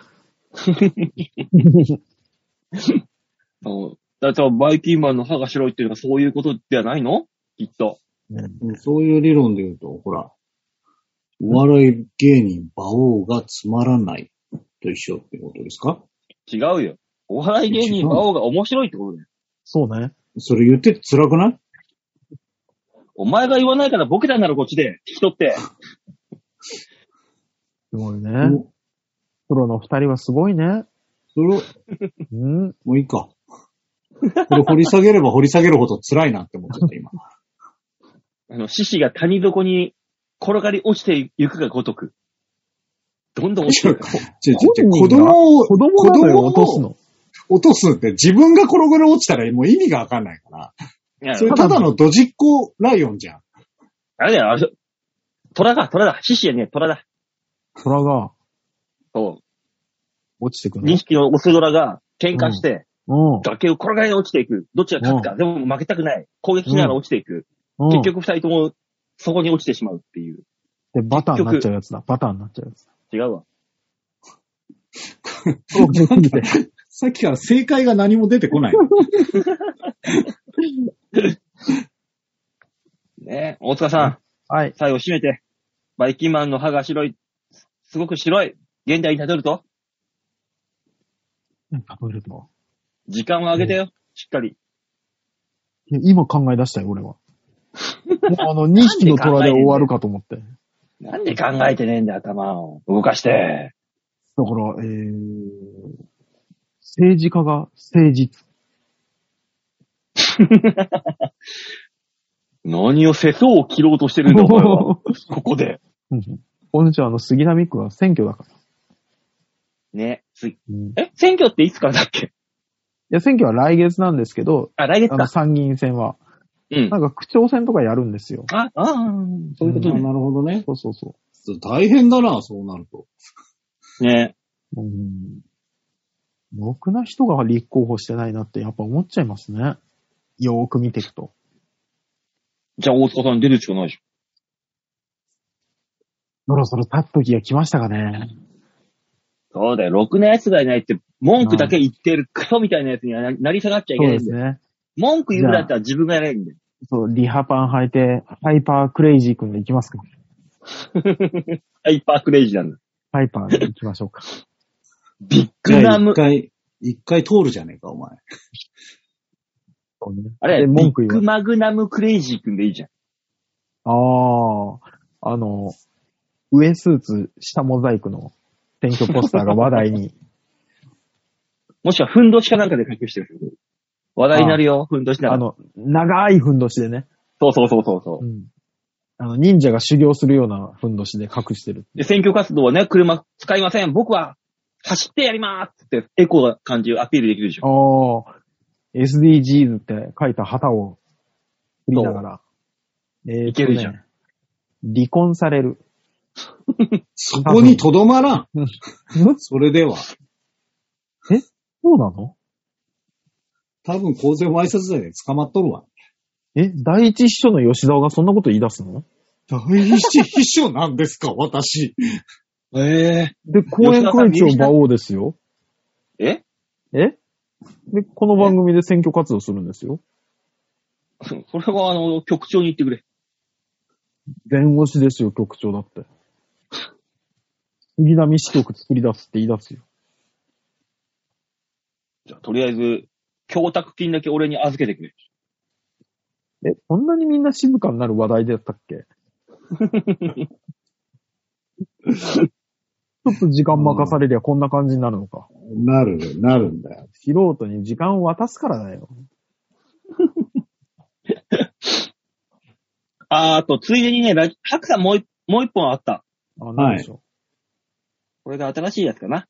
S2: そうだからバイキンマンの歯が白いっていうのはそういうことではないのきっと。
S4: そういう理論で言うと、ほら、お笑い芸人、馬王がつまらないと一緒ってことですか
S2: 違うよ。お笑い芸人、馬王が面白いってことだよ。
S3: そうね。
S4: それ言ってて辛くない
S2: お前が言わないからボケたんだろ、こっちで。聞き取って。
S3: すごいね。
S4: もう
S3: プロの二人はすごいね。
S4: それを、
S3: うん。
S4: もういいか。これ掘り下げれば掘り下げるほど辛いなって思っちゃった、 今。
S2: あの、獅子が谷底に転がり落ちてゆくがごとく。どんどん落ちていく。
S4: ちょちょちょ子
S3: 本人が
S4: 供を、
S3: 子供なのよ、落とす
S4: を
S3: の。
S4: 落とすって自分が転がり落ちたらもう意味がわかんないか
S2: いや
S4: ら。それただのドジっ子ライオンじゃん。
S2: あれだよ、あれ。虎が、虎だ。獅子やね、虎だ。
S3: 虎が
S2: そ
S3: 落ちてく
S2: う。
S3: る
S2: 2匹のオス虎が喧嘩して、
S3: の。
S2: 崖を転がり落ちていく。どっちが勝つか。でも負けたくない。攻撃しながら落ちていく。
S3: うん。
S2: 結局二人とも、そこに落ちてしまうっていう。
S3: うん。で、バターになっちゃうやつだ。バターになっちゃうやつだ。
S2: 違うわ。
S3: そうできて。
S4: さっきから正解が何も出てこ ない。
S2: ねえ、大塚さん、
S3: はい。
S2: 最後締めて。バイキンマンの歯が白い。すごく白い。現代にたどると、
S3: なんか食べると。
S2: 時間を上げてよ。しっかり。
S3: いや今考え出したよ、 俺は。もうあの、2匹の虎で終わるかと思って。だか
S2: なんで考えてねえんだよ、頭を。動かして。
S3: ら、えー、政治家が誠実。
S2: 何を世相を切ろうとしてるんだ、お前 は。ここで。
S3: うんこんにちは、あの、杉並区は選挙だから。
S2: ね。すい
S3: うんい
S2: え、選挙っていつからだっけ
S3: や、選挙は来月なんですけど、
S2: あ、来月
S3: あの、
S2: か。
S3: 参議院選は。
S2: うん。
S3: なんか、区長選とかやるんですよ。
S2: あ、ああ、そういうことね。
S4: なるほどね。
S3: そうそうそ
S4: 大変だな、そうなると。
S2: ね
S3: う。うん。ろくな人が立候補してないなって、やっぱ思っちゃいますね。よーく見ていくと。
S2: じゃあ大塚さん出るしかないでしょ。
S3: そろそろ立っ時が来ましたかね。
S2: そうだよ。ろくな奴がいないって、文句だけ言ってるクソみたいな奴にはななり下がっちゃい
S3: そ
S2: け
S3: う
S2: ない
S3: で
S2: ん
S3: す
S2: だよ。
S3: ね。
S2: 文句言うぐらいだったら自分がやれんだよ。
S3: そう、リハパン履いて、ハイパークレイジー君で行きますか。
S2: ハイパークレイジーなんだ。
S3: ハイパーで行きましょうか。
S2: ビッ
S4: じゃ
S2: グ
S4: あ
S2: ナム
S4: 一。回、一回通るじゃねえか、お前。
S3: そうね
S2: あれ、
S3: で
S2: 文
S3: 文
S2: 句言
S3: 句言
S2: う。ビッグ
S3: う。
S2: マグナムクレイジーくんでいいじゃん。
S3: ああ、あの、 上スーツ、下モザイクの選挙ポスターが話題に。
S2: もしくは、ふんどしかなんかで隠してる。話題になるよ、ふんどしなら。
S3: あの、長いふんどしでね。
S2: そうそうそうそうそうう。
S3: ん。あの、忍者が修行するようなふんどしで隠してる。
S2: で、選挙活動はね、車使いません。僕は、走ってやりますって、エコな感じをアピールできるでしょ。
S3: ああ、SDGs って書いた旗を振りながら。えー
S2: いけるじゃん
S3: とね。離婚される。
S4: そこにとどまらん。
S3: ん
S4: それでは。
S3: そうなの
S4: 多分公然わいせつ罪で捕まっとるわ。
S3: え、第一秘書の吉沢がそんなこと言い出すの
S4: 第一秘書なんですか、私。
S2: え
S3: で、公演会長馬王ですよ。
S2: ええ
S3: えで、この番組で選挙活動するんですよ。
S2: それは、あの、局長に言ってくれ。
S3: 弁護士ですよ、局長だって。杉並支局作り出すって言い出すよ。
S2: じゃあ、とりあえず、供託金だけ俺に預けてくれ。
S3: え、こんなにみんな静かになる話題だったっけ ちょっと時間任されりゃこんな感じになるのか。
S4: なる、なるんだよ。
S3: 素人に時間を渡すからだよ。
S2: あー、あと、ついでにね、ラジ、ハクさんもう一、もう一本あった。
S3: あ、なんでしょ
S2: これが新しいやつかな。。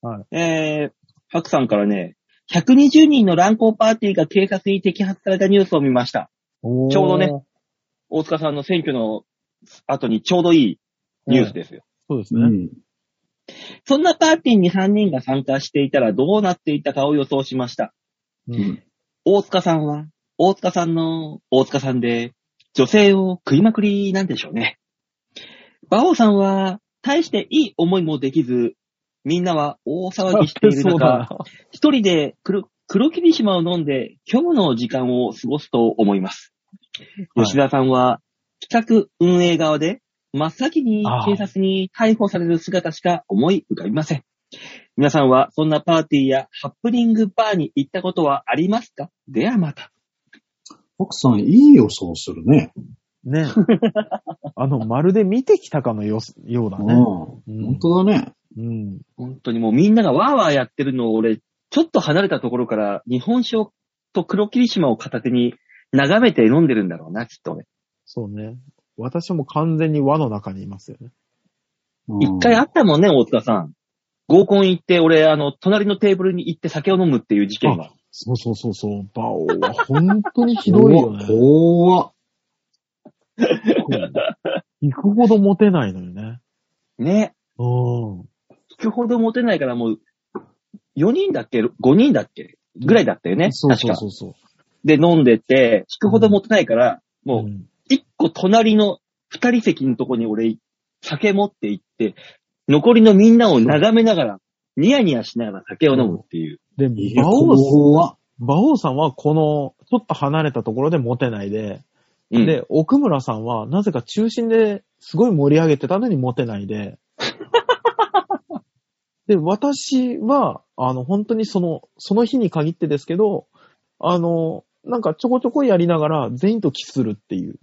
S3: はい
S2: えー、ハクさんからね、120人の乱交パーティーが警察に摘発されたニュースを見ました。
S3: う。おー
S2: ちょうどね。大塚さんの選挙の後にちょうどいいニュースですよ。
S3: そうです
S4: う
S3: ね。
S4: ん。
S2: そんなパーティーに3人が参加していたらどうなっていたかを予想しました。
S3: うん
S2: 大塚さんは、大塚さんの大塚さんで、女性を食いまくりなんでしょうね。馬王さんは、大していい思いもできず、みんなは大騒ぎしている
S3: そうだな
S2: 中、一人で黒黒霧島を飲んで、今日の時間を過ごすと思います。
S3: はい
S2: 吉田さんは、企画運営側で、真っ先に警察に逮捕される姿しか思い浮かびません。皆さんは、そんなパーティーやハプニングバーに行ったことはありますかではまた。
S4: 奥さん、いい予想するね。
S3: ね。あの、まるで見てきたかのようようだ
S4: うん。
S3: ね。
S4: 本
S3: うん
S4: 当だね。
S3: うん。
S2: 本当にもうみんながワーワーやってるのを俺、ちょっと離れたところから、日本酒をと黒霧島を片手に眺めて飲んでるんだろうな、きっとね。
S3: そうね。私はもう完全に輪の中にいますよね。
S4: うん
S2: 一回あったもんね、大塚さん。合コン行って、俺、あの、隣のテーブルに行って酒を飲むっていう事件が。
S3: そうそうそうそう。バオは本当にひどいよね。
S4: 怖っ
S3: 行くほどモテないのよね。
S2: ね。
S3: うん。
S2: 聞くほどモテないからもう、4人だっけ ?5 人だっけぐらいだったよね。
S3: そうそう
S2: 確か。
S3: そうそう。
S2: で、飲んでて、聞くほどモテないから、も
S3: ん
S2: う、1個隣の2人席のとこに俺、酒持って行って、残りのみんなを眺めながら、ニヤニヤしながら酒を飲むっていう。
S3: で、
S4: いや、
S3: 馬王さん、
S4: 怖っ
S3: 馬王さんはこの、ちょっと離れたところでモテないで、
S2: うん。
S3: で、奥村さんはなぜか中心ですごい盛り上げてたのにモテな いで、で、私は、あの、本当にその、その日に限ってですけど、あの、なんかちょこちょこやりながら全員とキスするっ ていう。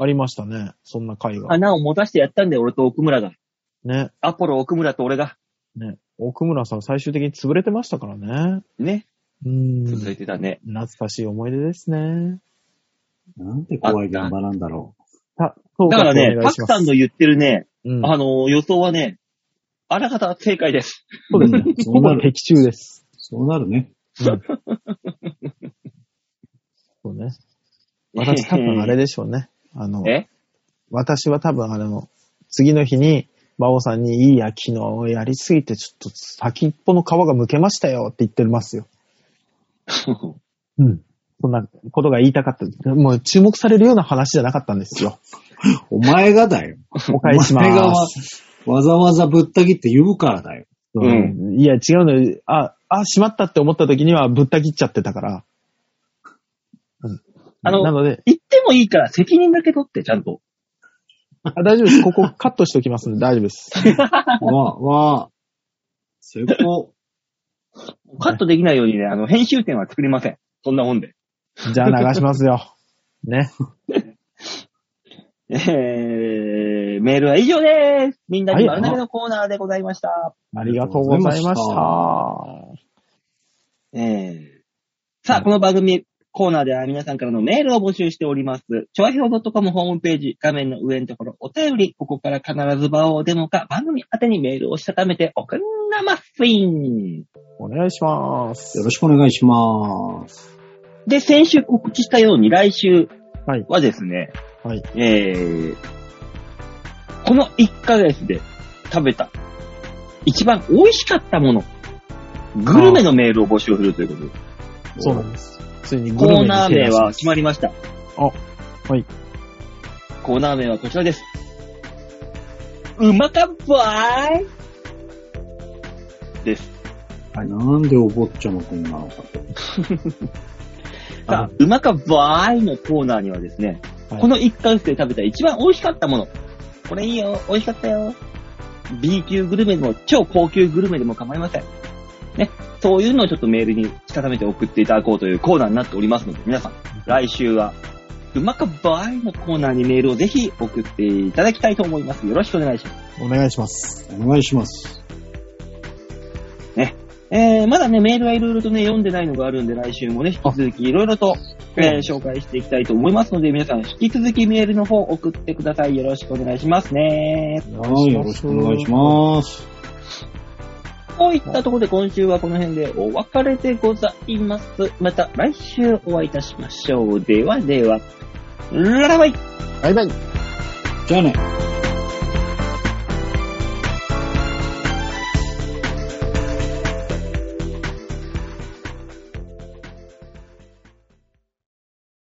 S3: ありましたね。そんな会が。
S2: 花を持たしてやったんだよ、俺と奥村が。
S3: ね。
S2: アポロ奥村と俺が。
S3: ね。奥村さん最終的に潰れてましたからね。
S2: ね。
S3: うーん
S2: 続。いてたね。
S3: 懐かしい思い出ですね。
S4: なんて怖い現場なんだろ
S3: た、そう
S2: だからね、
S3: お願
S2: パ
S3: いし
S2: ク
S3: ます
S2: さんの言ってるね、
S3: うん、
S2: あの、予想はね、あらかた正解です。
S4: う。
S3: そうです
S4: んそ
S3: ほ
S4: う
S3: ぼ
S4: なる。
S3: 的中です。
S4: そうなるね。
S3: そうね。私多分あれでしょうね。あの、
S2: え
S3: 私は多分あの、次の日に、馬王さんに、いいや、昨日やりすぎて、ちょっと先っぽの皮がむけましたよって言ってますよ。うん。そんなことが言いたかった。もう注目されるような話じゃなかったんですよ。
S4: お前がだよ。
S3: お返ししま
S4: お前がわ
S3: す。
S4: わざわざぶった切って言うからだよ。
S3: う
S2: がわ
S3: ん。いや、違うのよ。あ、あ、しまったって思った時にはぶった切っちゃってたから。うん。
S2: あの
S3: なので、
S2: 言ってもいいから責任だけ取って、ちゃんと。
S3: あ大丈夫です。ここカットしておきますんで大丈夫です。
S4: わ、わ、成功。
S2: カットできないようにね、あの、編集点は作りません。そんなもんで。
S3: じゃあ流しますよ。ね。
S2: えー、メールは以上です。みんなに丸投げのコーナーでございました。
S3: ありがとうございました。
S2: えー、さあ、この番組コーナーでは皆さんからのメールを募集しております。ちょわひょう .com ホームページ、画面の上のところ、お便り、ここから必ず場をデモか、番組宛てにメールをしたためておくんなまっすいん。
S3: お願いします。
S4: よろしくお願いします。
S2: で、先週告知したように来週
S3: はい
S2: はですね、
S3: はい
S2: えー、この1ヶ月で食べた一番美味しかったもの、グルメのメールを募集するということで、
S3: そうなんです。ついにグルメ
S2: コー
S3: に
S2: ナー
S3: 手
S2: 名
S3: 出し
S2: は
S3: ま
S2: 決
S3: す
S2: まりました。
S3: あはい。
S2: コーナー名はこちらです。うまかっばーいです。
S4: なんでお坊ちゃまくんなのかと。
S2: さあ、うまかばーいのコーナーにはですね、
S3: はい
S2: この1ヶ月で食べた一番美味しかったもの。これいいよ、美味しかったよ。B 級グルメでも超高級グルメでも構いません。ね、そういうのをちょっとメールにしたためて送っていただこうというコーナーになっておりますので、皆さん、来週は、うまかばーいのコーナーにメールをぜひ送っていただきたいと思います。よろしくお願いします。
S3: お願いします。
S4: お願いします。
S2: えー、まだね、メールはいろいろとね、読んでないのがあるんで、来週もね、引き続きいろいろと、えー紹介していきたいと思いますので、皆さん、引き続きメールの方送ってください。よろしくお願いしますね。
S4: はい、よろしくお願いします。
S2: といったところで今週はこの辺でお別れでございます。また来週お会いいたしましょう。ではでは、ララバイ
S3: バイバイ。
S4: じゃあね。